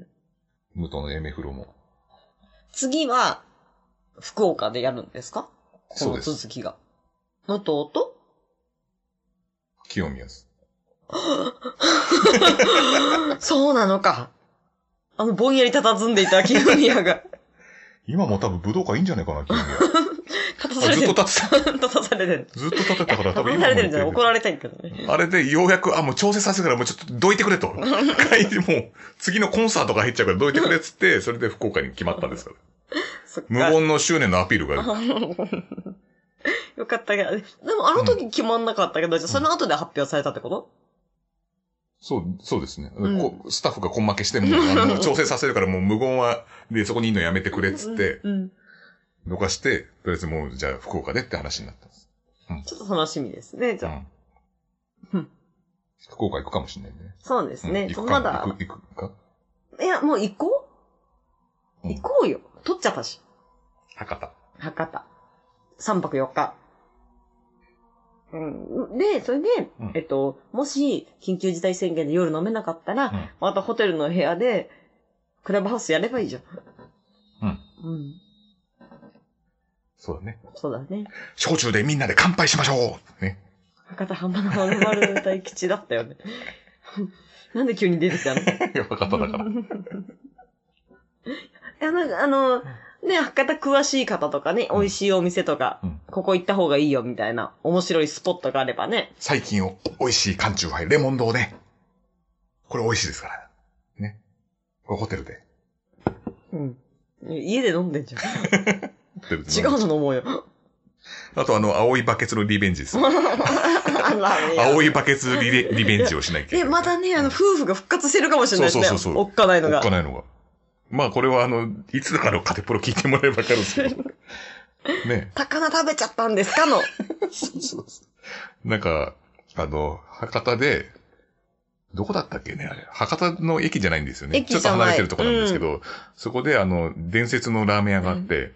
Speaker 2: 武藤のエメフロも。
Speaker 1: 次は、福岡でやるんですかこ
Speaker 2: そう
Speaker 1: の
Speaker 2: です。
Speaker 1: 続きが。武藤と
Speaker 2: 清宮です。
Speaker 1: そうなのか。あの、ぼんやり佇んでいた清宮が、
Speaker 2: 今も多分武道館いいんじゃないかな、清宮。
Speaker 1: 立た
Speaker 2: あ
Speaker 1: され
Speaker 2: ず
Speaker 1: てる。
Speaker 2: っと立って
Speaker 1: 立 たされてる。
Speaker 2: た。ずっと立ってたから
Speaker 1: 立
Speaker 2: 多
Speaker 1: た
Speaker 2: 分今
Speaker 1: され
Speaker 2: も
Speaker 1: て
Speaker 2: いけ
Speaker 1: るんじゃない怒られたいけどね。
Speaker 2: あれでようやく、あ、もう調整させるからもうちょっとどいてくれ と。帰りもう、次のコンサートが入っちゃうからどいてくれっつって、それで福岡に決まったんですから。
Speaker 1: そっか
Speaker 2: 無言の執念のアピールがある。
Speaker 1: よかったけど、でもあの時決まんなかったけど、じゃあその後で発表されたってこと、
Speaker 2: そう、そうですね。
Speaker 1: うん
Speaker 2: こうスタッフが根負けして、もうあの調整させるからもう無言は、で、そこにいるのやめてくれっつって、
Speaker 1: うん。
Speaker 2: どかして、とりあえずもう、じゃあ福岡でって話になったんです。
Speaker 1: ちょっと楽しみですね、じゃあ。う
Speaker 2: う
Speaker 1: ん
Speaker 2: ん。福岡行くかもしれないね。
Speaker 1: そうですね。
Speaker 2: うん行くか
Speaker 1: ま
Speaker 2: も
Speaker 1: だ、
Speaker 2: 行く行くか
Speaker 1: いや、もう行こう、
Speaker 2: うん
Speaker 1: 行こうよ。取っちゃったし。
Speaker 2: 博多。
Speaker 1: 博多。3泊4日。うん。で、それで、
Speaker 2: うん
Speaker 1: えっと、もし、緊急事態宣言で夜飲めなかったら、
Speaker 2: うん
Speaker 1: またホテルの部屋で、クラブハウスやればいいじゃん。
Speaker 2: うん。
Speaker 1: うん。
Speaker 2: そうだね。
Speaker 1: そうだね。
Speaker 2: 焼酎でみんなで乾杯しましょう ね。
Speaker 1: 博多浜の丸丸の大吉だったよね。 なんで急に出てきたの
Speaker 2: 博多だ から。
Speaker 1: いや、なんかあの、ね、博多詳しい方とかね、
Speaker 2: うん
Speaker 1: 美味しいお店とか、
Speaker 2: うん
Speaker 1: ここ行った方がいいよみたいな、面白いスポットがあればね。
Speaker 2: 最近お美味しい缶中杯、レモン堂ね。これ美味しいですから。ね。これホテルで。
Speaker 1: うん。家で飲んでんじゃん。違
Speaker 2: う
Speaker 1: うの飲もうよ。
Speaker 2: あとあの、青いバケツのリベンジ です。
Speaker 1: あらいや
Speaker 2: 青いバケツリベリベンジをしなきゃいけない。
Speaker 1: で、またね、あの、夫婦が復活してるかもしれないですね。
Speaker 2: そうそうそうそう
Speaker 1: おっかないの
Speaker 2: お
Speaker 1: が
Speaker 2: っか。ないのが。まあこれはあの、いつかのカテプロ聞いてもらえばわかるんですけ ど。ね。
Speaker 1: 高菜食べちゃったんですかの。
Speaker 2: そうそうそうなんか、あの、博多で、どこだったっけねあれ。博多の駅じゃないんですよね。
Speaker 1: 駅
Speaker 2: ち
Speaker 1: じ
Speaker 2: ょ
Speaker 1: ゃ
Speaker 2: っ
Speaker 1: な
Speaker 2: と
Speaker 1: い
Speaker 2: 離れてるとこなんですけど、そこであの、伝説のラーメン屋があって、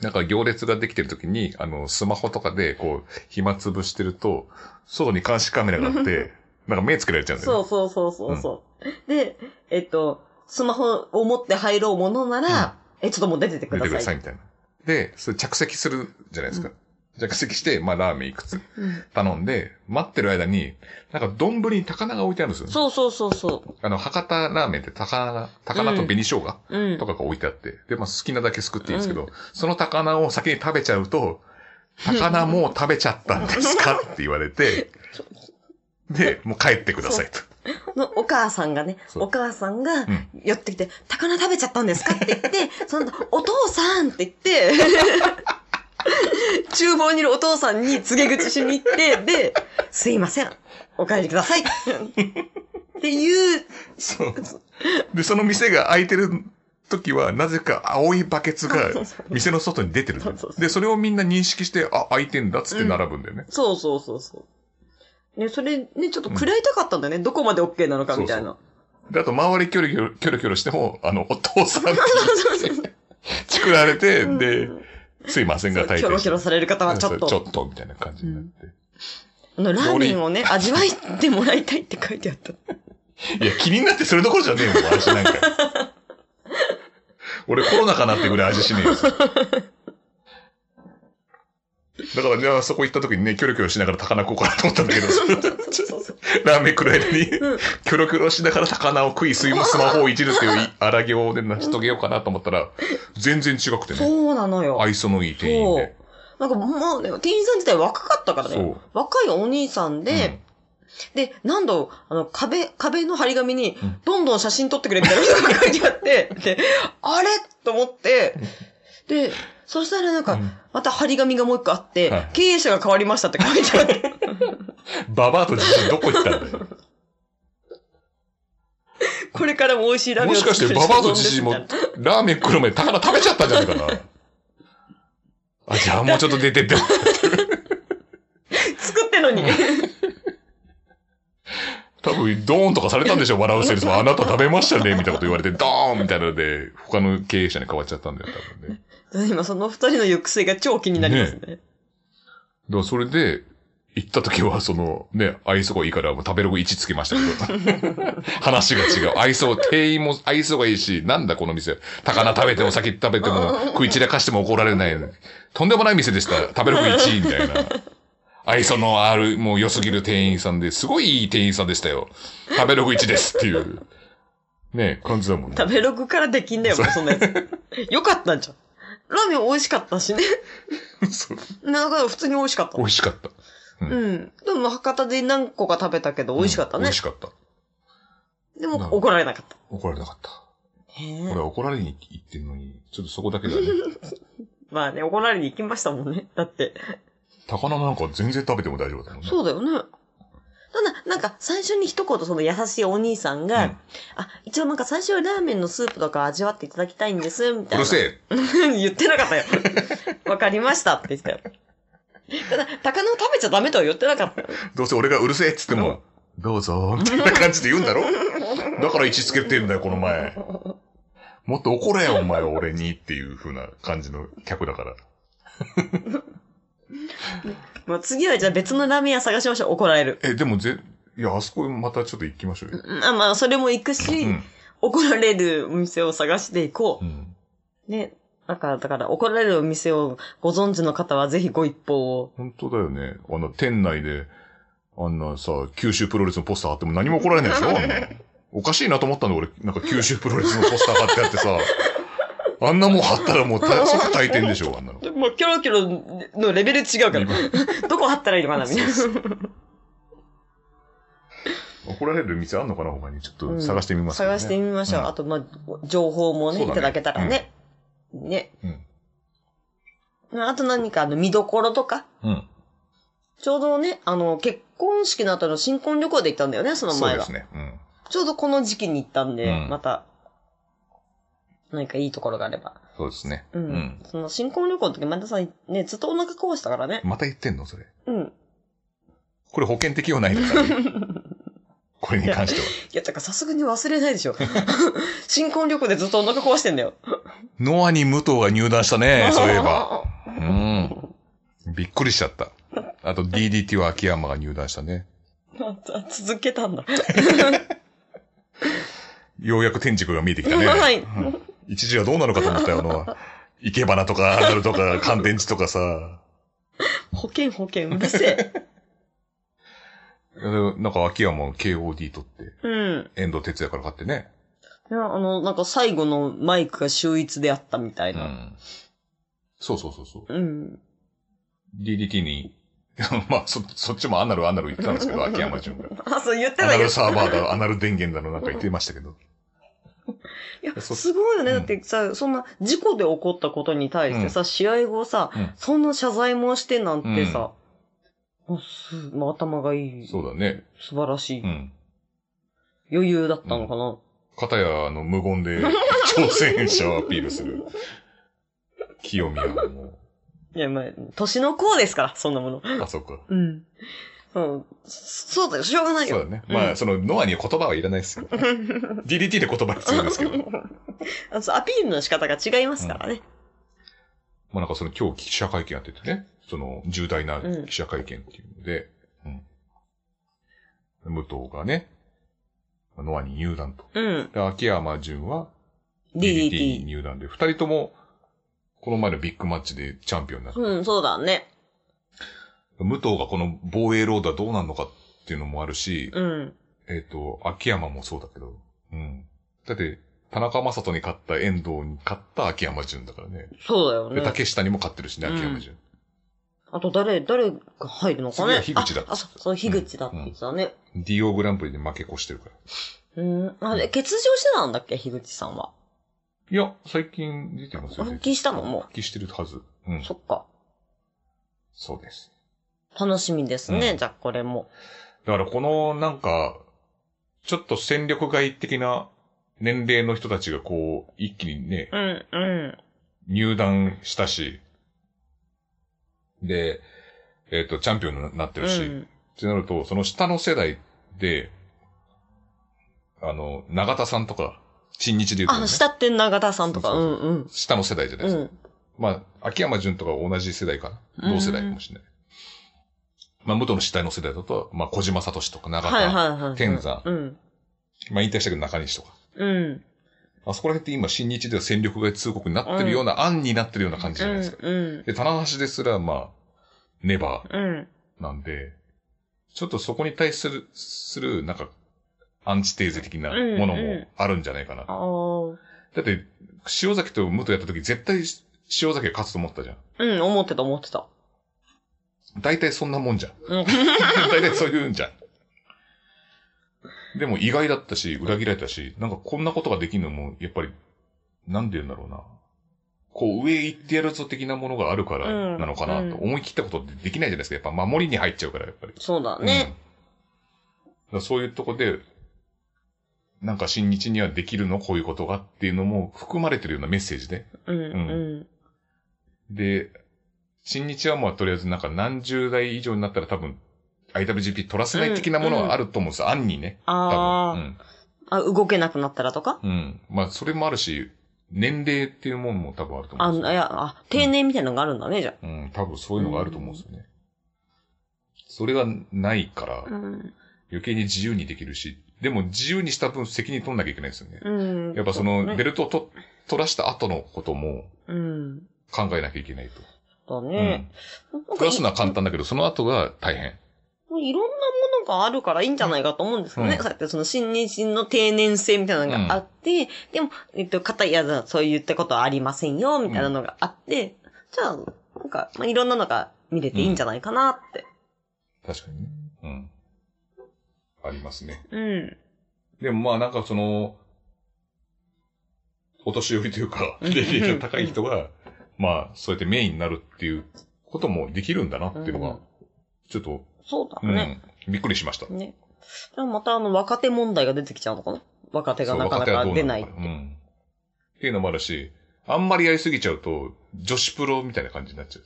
Speaker 2: なんか行列ができてる時に、あの、スマホとかで、こう、暇つぶしてると、外に監視カメラがあって、なんか目つけられちゃうんだよ
Speaker 1: そ
Speaker 2: ね。
Speaker 1: うそうそうそうそう、で、えっと、スマホを持って入ろうものなら、え、ちょっともう出ててく
Speaker 2: 出
Speaker 1: だ
Speaker 2: てくだ
Speaker 1: さ
Speaker 2: さ
Speaker 1: い。
Speaker 2: い、みたいな。で、それ着席するじゃないですか。着席して、まあ、ラーメンいくつ
Speaker 1: うん
Speaker 2: 頼んで、待ってる間に、なんか丼に高菜が置いてあるんですよね。
Speaker 1: そうそうそうそ
Speaker 2: あの、博多ラーメンって高菜、高菜と紅生姜
Speaker 1: う。うん
Speaker 2: と。かが置いてあって、で、まあ好きなだけすくっていいんですけど、その高菜を先に食べちゃうと、魚もう食べちゃったんですかって言わ れて、で、もう帰ってくださいと。
Speaker 1: のお母さんがね、
Speaker 2: そう
Speaker 1: お母さんが
Speaker 2: ん
Speaker 1: 寄ってきて、魚食べちゃったんですかって言って、その、お父さんって言って、 厨房にいるお父さんに告げ口しに行って、で、すいません、お帰りください。っていう、
Speaker 2: そう。で、その店が開いてる時は、なぜか青いバケツが
Speaker 1: そうそう
Speaker 2: 店の外に出てる
Speaker 1: そ
Speaker 2: の
Speaker 1: うそうそう
Speaker 2: で、それをみんな認識して、あ、開いてんだっつって並ぶんだよね。
Speaker 1: そうそうそうそう。ね、それね、ちょっと食らいたかったんだよね。どこまで OK なのかみたいな。
Speaker 2: で、あと、周りキョロキョロ、キョロキョロしても、あの、お父さんって
Speaker 1: そうそうそう
Speaker 2: 作られて、
Speaker 1: うん
Speaker 2: で、すいませんが、
Speaker 1: キ
Speaker 2: 大
Speaker 1: ョロキョロ
Speaker 2: 抵。
Speaker 1: される方はちょっ
Speaker 2: ちょ
Speaker 1: と、
Speaker 2: っと、みたいな感じになって。
Speaker 1: あの、ラーメンをね、味わってもらいたいって書いてあった。
Speaker 2: いや、気になってそれどころじゃねえよ、もう味 なんか。俺、コロナかなってぐらい味しねえよ。だから、じゃあ、そこ行った時にね、キョロキョロしながら高菜食おうかなと思ったん だけど、
Speaker 1: そうそうそう。
Speaker 2: ラーメン食らいに、
Speaker 1: うん
Speaker 2: キョロキョロしながら魚を食い、水もスマホをいじるっていうい荒行で成し遂げようかなと思ったら、全然違くてね。
Speaker 1: そうなのよ。
Speaker 2: 愛想のいい店員
Speaker 1: そう
Speaker 2: で。。
Speaker 1: なんかもうね、店員さん自体若かったからね
Speaker 2: そう。
Speaker 1: 若いお兄さんで、で、何度、あの、壁、壁の張り紙に
Speaker 2: うん、
Speaker 1: どんどん写真撮ってくれみたいなことが書いてあって、 で、あれと思って、で、そしたらなん
Speaker 2: う
Speaker 1: か
Speaker 2: ん、
Speaker 1: また張り紙がもう一個あって、
Speaker 2: はい
Speaker 1: 経営者が変わりましたって書いてあって、
Speaker 2: うんババアとじじいどこ行ったんだよ。
Speaker 1: これからも美味しいラーメン
Speaker 2: も
Speaker 1: を
Speaker 2: しか
Speaker 1: 作る
Speaker 2: して
Speaker 1: 人
Speaker 2: ババアとじじいも
Speaker 1: みたいな
Speaker 2: ラーメン来る前に高菜食べちゃったんじゃないかな。あ、じゃあもうちょっと出てって。
Speaker 1: 作ってんのに。
Speaker 2: 多分、ドーンとかされたんでしょ、笑うセールスも。あなた食べましたね、みたいなこと言われて、ドーンみたいなので、他の経営者に変わっちゃったんだよ、多分ね。
Speaker 1: 今その二人の行く末が超気になりますね。
Speaker 2: だからそれで、行った時は、その、ね、愛想がいいから、もう食べログ1つけましたけ ど。話が違う。愛想、店員も愛想がいいし、なんだこの店。高菜食べても酒食べても、食い散らかしても怒られない。とんでもない店でした。食べログ1位みたいな。愛想のある、もう良すぎる店員さんで、すごいいい店員さんでしたよ。食べログ1ですっていう。ね、感じだもんね。
Speaker 1: 食べログからできんだよ、もうそんなや つ。よかったんじゃん。ラーメン美味しかったしね。
Speaker 2: そう
Speaker 1: なんか普通に美味しかった
Speaker 2: 美。味しかった。
Speaker 1: うん。でも博多で何個か食べたけど美味しかった
Speaker 2: 美
Speaker 1: ね
Speaker 2: 味し。かった。
Speaker 1: で
Speaker 2: な
Speaker 1: も怒られなかった。
Speaker 2: 怒られなかった。
Speaker 1: へ
Speaker 2: 俺
Speaker 1: え
Speaker 2: は怒られに行ってんのに、ちょっとそこだけだね。
Speaker 1: まあね、怒られに行きましたもんね。だって。
Speaker 2: 高菜なんか全然食べても大丈夫だもんね。
Speaker 1: そうだよね。ただ、なんか、最初に一言その優しいお兄さんが、
Speaker 2: うん
Speaker 1: あ、一応なんか最初はラーメンのスープとか味わっていただきたいんです、みた
Speaker 2: う
Speaker 1: いな
Speaker 2: る。せえ
Speaker 1: 言ってなかったよ。 わかりましたって言ってたよ。ただ、高菜を食べちゃダメとは言ってなかったよ。
Speaker 2: どうせ俺がうるせえっつっても、どうぞ、みたいな感じで言うんだろだから位置つけてんだよ、この前。もっと怒れよ、お前は俺にっていう風な感じの客だから。
Speaker 1: まあ、次はじゃあ別のラーメン屋探しましょう。怒られる。
Speaker 2: え、でもぜ、いや、あそこまたちょっと行きましょうよ。
Speaker 1: うんあまあ、それも行くし、
Speaker 2: うん。
Speaker 1: 怒られるお店を探していこ
Speaker 2: うん。
Speaker 1: う。ね。だから、だから、怒られるお店をご存知の方はぜひご一報を。
Speaker 2: 本当だよね。あの、店内で、あんなさ、九州プロレスのポスター貼っても何も怒られないで しょあんなおかしいなと思ったの俺、なんか九州プロレスのポスター貼ってあってさ、あんなもん貼ったらも うた即退店でしょあんなの。
Speaker 1: もう、キョロキョロのレベル違うから。どこ貼ったらいいのかな、みたいな。
Speaker 2: 怒られる店あんのかな他に。ちょっ
Speaker 1: う
Speaker 2: と
Speaker 1: ん
Speaker 2: 探してみます、ね
Speaker 1: 探してみましょう。
Speaker 2: うん
Speaker 1: あと、まあ、情報もね、
Speaker 2: そうだ
Speaker 1: い
Speaker 2: ね
Speaker 1: ただけたらね。ね。
Speaker 2: うん
Speaker 1: まああと何か、あの、見どころとか。
Speaker 2: うん。
Speaker 1: ちょうどね、あの、結婚式の後の新婚旅行で行ったんだよね、その
Speaker 2: そう
Speaker 1: 前
Speaker 2: で
Speaker 1: は。
Speaker 2: すね。うん。
Speaker 1: ちょうどこの時期に行ったんで、
Speaker 2: うん
Speaker 1: また、何かいいところがあれば。
Speaker 2: そうですね。
Speaker 1: うん。その新婚旅行の時、前田さんね、ずっとお腹壊したからね。
Speaker 2: また言ってんのそれ。
Speaker 1: うん。
Speaker 2: これ保険適用ないのかな これに関しては。
Speaker 1: いや、だからさすがに忘れないで しょ。新婚旅行でずっとお腹壊してんだよ。
Speaker 2: ノアに武藤が入団したね、そういえ ば。。うん。びっくりしちゃった。あと DDT は秋山が入団したね。
Speaker 1: 続けたんだ。
Speaker 2: ようやく天竺が見えてきたね。
Speaker 1: はい
Speaker 2: うん一時はどうなのかと思ったよ、あの、生け花とか、アナルと か、乾電池とかさ。
Speaker 1: 保険保険、うるせえ。
Speaker 2: でなんか秋山 KOD 取って、
Speaker 1: うん。
Speaker 2: 遠藤哲也から買ってね。
Speaker 1: いや、あの、なんか最後のマイクが秀逸であったみたいな。
Speaker 2: ん。そうそうそうそう。
Speaker 1: うん。
Speaker 2: DDT に、 まあ、そ、そっちもアナルアナル言ってたんですけど、秋山淳が。
Speaker 1: あ、 そう言って
Speaker 2: ア
Speaker 1: た
Speaker 2: ナ
Speaker 1: よ
Speaker 2: ル。サーバーだ、アナル電源だのなんか言ってましたけど。
Speaker 1: いや、
Speaker 2: そう
Speaker 1: すごいよね。
Speaker 2: うん
Speaker 1: だってさ、そんな事故で起こったことに対してさ、試合後さ
Speaker 2: うん、
Speaker 1: そんな謝罪もしてなんてさ、もうすまあ頭がいい。
Speaker 2: そうだね。
Speaker 1: 素晴らしい。
Speaker 2: うん。
Speaker 1: 余裕だったのかな。
Speaker 2: 片や、あの、無言で、挑戦者をアピールする。清宮も。
Speaker 1: いや、まあ、年の功ですから、そんなもの。
Speaker 2: あ、そっか。
Speaker 1: うん。そう、そそうだよ、しょうがない
Speaker 2: そう
Speaker 1: よ。
Speaker 2: だね。ま
Speaker 1: う
Speaker 2: あ、その、ノアには言葉はいらないですよ。DDT で言葉必要ですけど。ま
Speaker 1: あそうアピールの仕方が違いますからね。
Speaker 2: あなんかその、今日記者会見やっててね。その、重大な記者会見っていうので、うん。武藤がね、ノアに入団と。
Speaker 1: うん。
Speaker 2: で、秋山淳は DDT
Speaker 1: DDT。
Speaker 2: 入団で、二人とも、この前のビッグマッチでチャンピオンになった。
Speaker 1: うん、そうだね。
Speaker 2: 武藤がこの防衛ロードはどうなるのかっていうのもあるし、
Speaker 1: うん。
Speaker 2: えっ、と、秋山もそうだけど、うん。だって、田中正人に勝った遠藤に勝った秋山淳だからね。
Speaker 1: そうだよ
Speaker 2: で、
Speaker 1: ね。
Speaker 2: 竹下にも勝ってるしね、
Speaker 1: うん
Speaker 2: 秋山淳。
Speaker 1: あと誰、誰が入るのか
Speaker 2: 次
Speaker 1: ね。
Speaker 2: は樋口だ
Speaker 1: あ、あそうそう、樋口だって言ってたね。
Speaker 2: DO グランプリで負け越してるから。
Speaker 1: うん。あれ、欠場してたんだっけ、樋口さんは。
Speaker 2: いや、最近出てますよ。
Speaker 1: 復帰したのもう
Speaker 2: 復帰してるはず。うん。
Speaker 1: そっか。
Speaker 2: そうです。
Speaker 1: 楽しみですね、
Speaker 2: うん
Speaker 1: じゃあこれも。
Speaker 2: だからこのなんか、ちょっと戦力外的な年齢の人たちがこう、一気にね
Speaker 1: う、ん、うん。
Speaker 2: 入団したし、で、えっ、と、チャンピオンになって
Speaker 1: う
Speaker 2: るし、
Speaker 1: ん。
Speaker 2: ってなると、その下の世代で、あの、長田さんとか、新日で言うと、ね、
Speaker 1: あ、下って永田さんとか、
Speaker 2: そううそ
Speaker 1: んうん。
Speaker 2: 下の世代じゃないうですか。
Speaker 1: ん。
Speaker 2: まあ、秋山淳とか同じ世代かな。同世代かもしれない。まあ、元の死体の世代だと、まあ、小島聡とか長田、
Speaker 1: はいはいはい。
Speaker 2: 天山
Speaker 1: うん。
Speaker 2: まあ、引退したけど中西とか。
Speaker 1: うん。
Speaker 2: あそこら辺って今、新日では戦力外通告になってるような、案になってるような感じじゃないですか。
Speaker 1: うん。
Speaker 2: で、棚橋ですら、まあ、ネバ
Speaker 1: うん。
Speaker 2: ーなんで、ちょっとそこに対する、する、なんか、アンチテーゼ的なもの
Speaker 1: うんう
Speaker 2: も
Speaker 1: ん
Speaker 2: あるんじゃないかな。
Speaker 1: ああ。
Speaker 2: だって、塩崎と武藤やった時、絶対塩崎が勝つと思ったじゃん。
Speaker 1: うん、思ってた思ってた。
Speaker 2: 大体そんなもんじゃん。
Speaker 1: うん。
Speaker 2: 大体そういうんじゃん。でも意外だったし、裏切られたし、なんかこんなことができるのも、やっぱり、なんて言うんだろうな。こう上行ってやるぞ的なものがあるからなのかな
Speaker 1: うん
Speaker 2: と思い切ったことってできないじゃないですか。やっぱ守りに入っちゃうから、やっぱり。
Speaker 1: そうだね。
Speaker 2: うん。だからそういうとこで、なんか新日にはできるのこういうことがっていうのも含まれてるようなメッセージで。
Speaker 1: うん。う
Speaker 2: うん
Speaker 1: ん。
Speaker 2: で、新日はまあとりあえずなんか何十代以上になったら多分 IWGP 取らせない的なものはあると思うんですよ。案にね。多
Speaker 1: あ
Speaker 2: 分。
Speaker 1: あ。あ、動けなくなったらとか
Speaker 2: うん。うん。まあそれもあるし、年齢っていうもんも多分あると思
Speaker 1: あ、
Speaker 2: うん
Speaker 1: い
Speaker 2: ですよ。
Speaker 1: や、あ、定年みたいなのがあるんだね、じゃ
Speaker 2: うん。多分そういうのがあると思うんですよね。それがないから
Speaker 1: あ。うん。
Speaker 2: 余計に自由にできるし、でも自由にした分責任取んなきゃいけないですよね。
Speaker 1: うん。
Speaker 2: やっぱそのベルトをと取らした後のことも
Speaker 1: うん。
Speaker 2: 考えなきゃいけないと。
Speaker 1: だ
Speaker 2: う
Speaker 1: ね
Speaker 2: ん。。プラスのは簡単だけど、その後が大変。
Speaker 1: もういろんなものがあるからいいんじゃないかと思うんですけどね。
Speaker 2: うん
Speaker 1: そうやってその新入人の定年制みたいなのがあって、でも、えっと、片やだそう言ったことはありませんよ、みたいなのがあって、じゃあ、なんか、まあ、いろんなのが見れていいんじゃないかなって。
Speaker 2: 確かにね。うん。ありますね。
Speaker 1: うん。
Speaker 2: でもまあなんかその、お年寄りというか、
Speaker 1: うん
Speaker 2: 年齢の高い人が、まあそうやってメインになるっていうこともできるんだなっていうの
Speaker 1: う
Speaker 2: が
Speaker 1: ん、
Speaker 2: ちょっと、
Speaker 1: そうだ
Speaker 2: うん
Speaker 1: ね。
Speaker 2: びっくりしました。
Speaker 1: ね。でもまたあの、若手問題が出てきちゃうのかな若手がなかな
Speaker 2: そう
Speaker 1: か
Speaker 2: 若手はどう
Speaker 1: 出ない
Speaker 2: の。かうん。っていうのもあるし、あんまりやりすぎちゃうと、女子プロみたいな感じになっちゃう。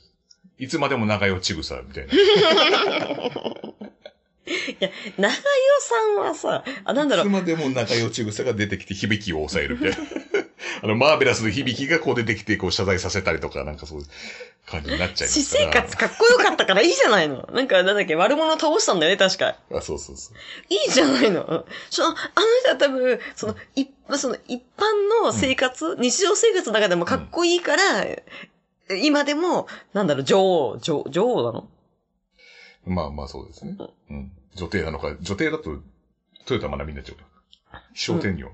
Speaker 2: いつまでも長与ちぐさみたいな。
Speaker 1: 長代さんはさ、あ、なんだろ
Speaker 2: いうつ、までも仲良ち草が出てきて響きを抑えるみたいな。 あの、マーベラスの響きがこう出てきて、こう謝罪させたりとか、なんかそういう感じになっちゃいま
Speaker 1: 私
Speaker 2: すから。
Speaker 1: 生活かっこよかったからいいじゃないの。なんか、なんだっけ、悪者倒したんだよね、確か。
Speaker 2: あ、そうそうそう。
Speaker 1: いいじゃないの。その、あの人は多分、その、一その一般の生活、日常生活の中でもかっこいいから、今でも、なんだろう、女王、女女王なの
Speaker 2: まあまあそうですね。うん。女帝なのか、女帝だと、トヨタマナミになっちゃうから。商店業。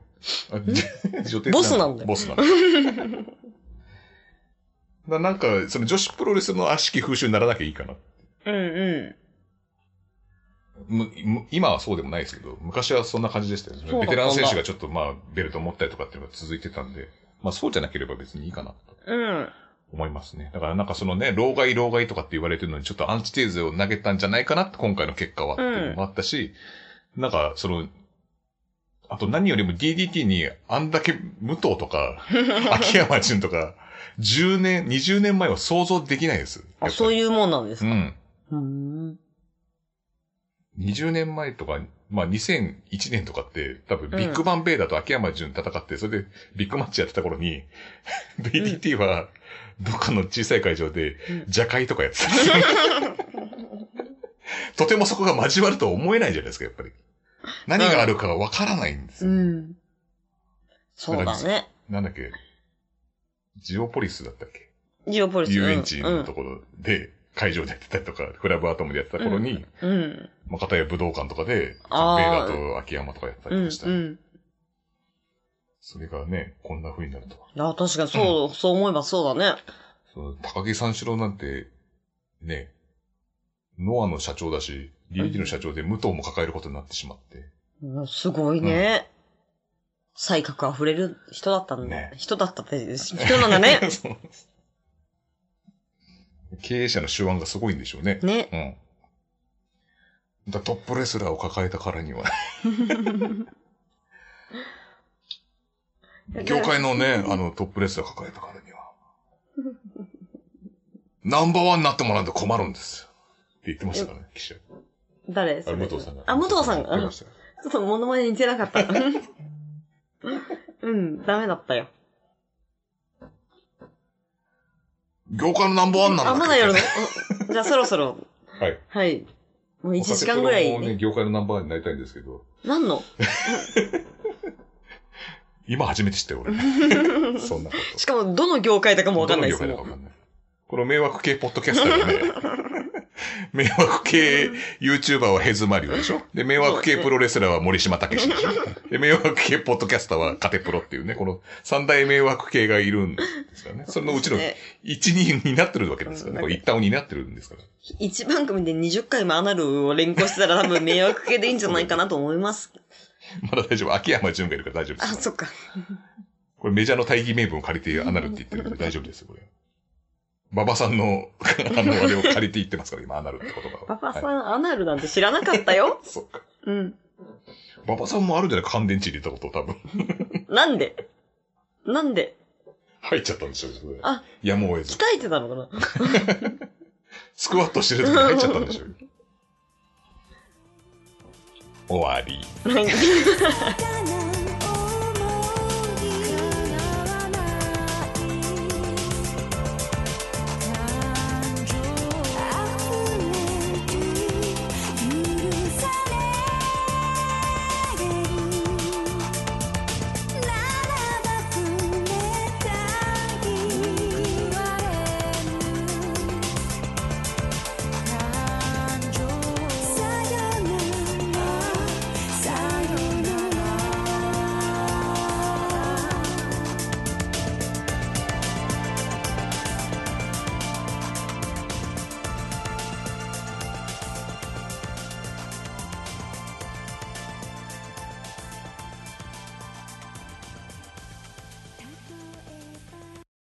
Speaker 2: あじ 女帝
Speaker 1: ボスなんだよ
Speaker 2: ボスなんだ。 だなんか、その女子プロレスの悪しき風習にならなきゃいいかな。
Speaker 1: うんう
Speaker 2: むむ今はそうでもないですけど、昔はそんな感じでしたよね
Speaker 1: そうだ
Speaker 2: ベテラン選手がちょっとまあ、ベルト持ったりとかっていうのが続いてたんで、まあそうじゃなければ別にいいかなと
Speaker 1: ん。うん。
Speaker 2: 思いますね。だからなんかそのね、老害老害とかって言われてるのにちょっとアンチテーゼを投げたんじゃないかなって今回の結果はっていうのもあったし、なんかその、あと何よりも DDT にあんだけ武藤と か、秋山純とか、10年、20年前は想像できないです。
Speaker 1: あ、そう
Speaker 2: う。
Speaker 1: いうもんなんです
Speaker 2: う
Speaker 1: か。
Speaker 2: ん。
Speaker 1: うん。
Speaker 2: 20年前とか、まあ2001年とかって、多分ビッグバンベイダーと秋山純戦って、それでビッグマッチやってた頃に、DDT はどっかの小さい会場で
Speaker 1: うん、
Speaker 2: 邪界とかやってた。とてもそこが交わるとは思えないじゃないですか、やっぱり。何があるかがわからないんです
Speaker 1: う
Speaker 2: よ。
Speaker 1: ん。そうだね。
Speaker 2: なんだっけ、ジオポリスだったっけ
Speaker 1: ジオポリス。
Speaker 2: 遊園地
Speaker 1: うん
Speaker 2: のところで会場でやってたりとか、クラブアトムでやってた頃に、
Speaker 1: うん。うん。
Speaker 2: まあ、片や武道館とかで、ベイ
Speaker 1: あー
Speaker 2: ダーと秋山とかやってた
Speaker 1: う
Speaker 2: り
Speaker 1: ん
Speaker 2: とかした。
Speaker 1: うん。
Speaker 2: それがね、こんな風になるとは。
Speaker 1: いや、確かにそう、そう思えばそうだね。
Speaker 2: その高木三四郎なんて、ね、ノアの社長だし、DDT の社長で武藤も抱えることになってしまって。
Speaker 1: うんすごいね。才覚溢れる人だったんだ
Speaker 2: ね。。
Speaker 1: 人だったって、人なんだね
Speaker 2: そう経営者の手腕がすごいんでしょうね。
Speaker 1: ね。
Speaker 2: うん。だトップレスラーを抱えたから には、業界 のね、あの、トップレスラー抱えたからには、ナンバーワンになってもらうんで困るんですよ。って言ってましたからね、記者。
Speaker 1: 誰
Speaker 2: あ、武藤さんが。
Speaker 1: あ、武藤さんが。
Speaker 2: 言って
Speaker 1: うん
Speaker 2: ましたよ
Speaker 1: ちょっと物前に似てなかった。うん、ダメだったよ。
Speaker 2: 業界のナンバーワンなんだ
Speaker 1: あ、まだやるのうんじゃあそろそろ。
Speaker 2: はい。
Speaker 1: はい。もう1時間ぐらい、
Speaker 2: お酒ともね、業界のナンバーワンになりたいんですけど、
Speaker 1: 何の
Speaker 2: 今初めて知った よ、俺。そんなこ
Speaker 1: しかも、どの業界だか
Speaker 2: と。
Speaker 1: もわかんないです
Speaker 2: どの
Speaker 1: も
Speaker 2: 業界だかわか
Speaker 1: ん。
Speaker 2: んない。この迷惑系ポッドキャスターでね、 迷惑系 YouTuber はヘズマリオでしょで、迷惑系プロレスラーは森島武史でしょで、迷惑系ポッドキャスターはカテプロっていうね、この三大迷惑系がいるんですよね。そのうちの
Speaker 1: ね
Speaker 2: 一人になってるわけですからね。これ一端を担ってるんですから。
Speaker 1: 一番組で20回もアナルを連行してたら多分迷惑系でいいんじゃないかなと思います。
Speaker 2: まだ大丈夫。秋山純がいるから大丈夫で
Speaker 1: あ、
Speaker 2: す。
Speaker 1: そっか。
Speaker 2: これメジャーの大義名分を借りてアナルって言ってるんで大丈夫ですよ、これ。馬場さ んの、あの、あれを借りて言ってますから、今、アナルって言葉を。
Speaker 1: パパさん、
Speaker 2: はい
Speaker 1: アナルなんて知らなかったよ。
Speaker 2: そっか。
Speaker 1: うん。
Speaker 2: 馬場さんもあるんじゃない乾電池入れたこと、多分。
Speaker 1: なんでなんで
Speaker 2: 入っちゃったんでしょうね、それ
Speaker 1: あ
Speaker 2: やむを得ず
Speaker 1: 鍛。えてたのかな
Speaker 2: スクワットしてる時に入っちゃったんでし ょう。終わり。
Speaker 3: 「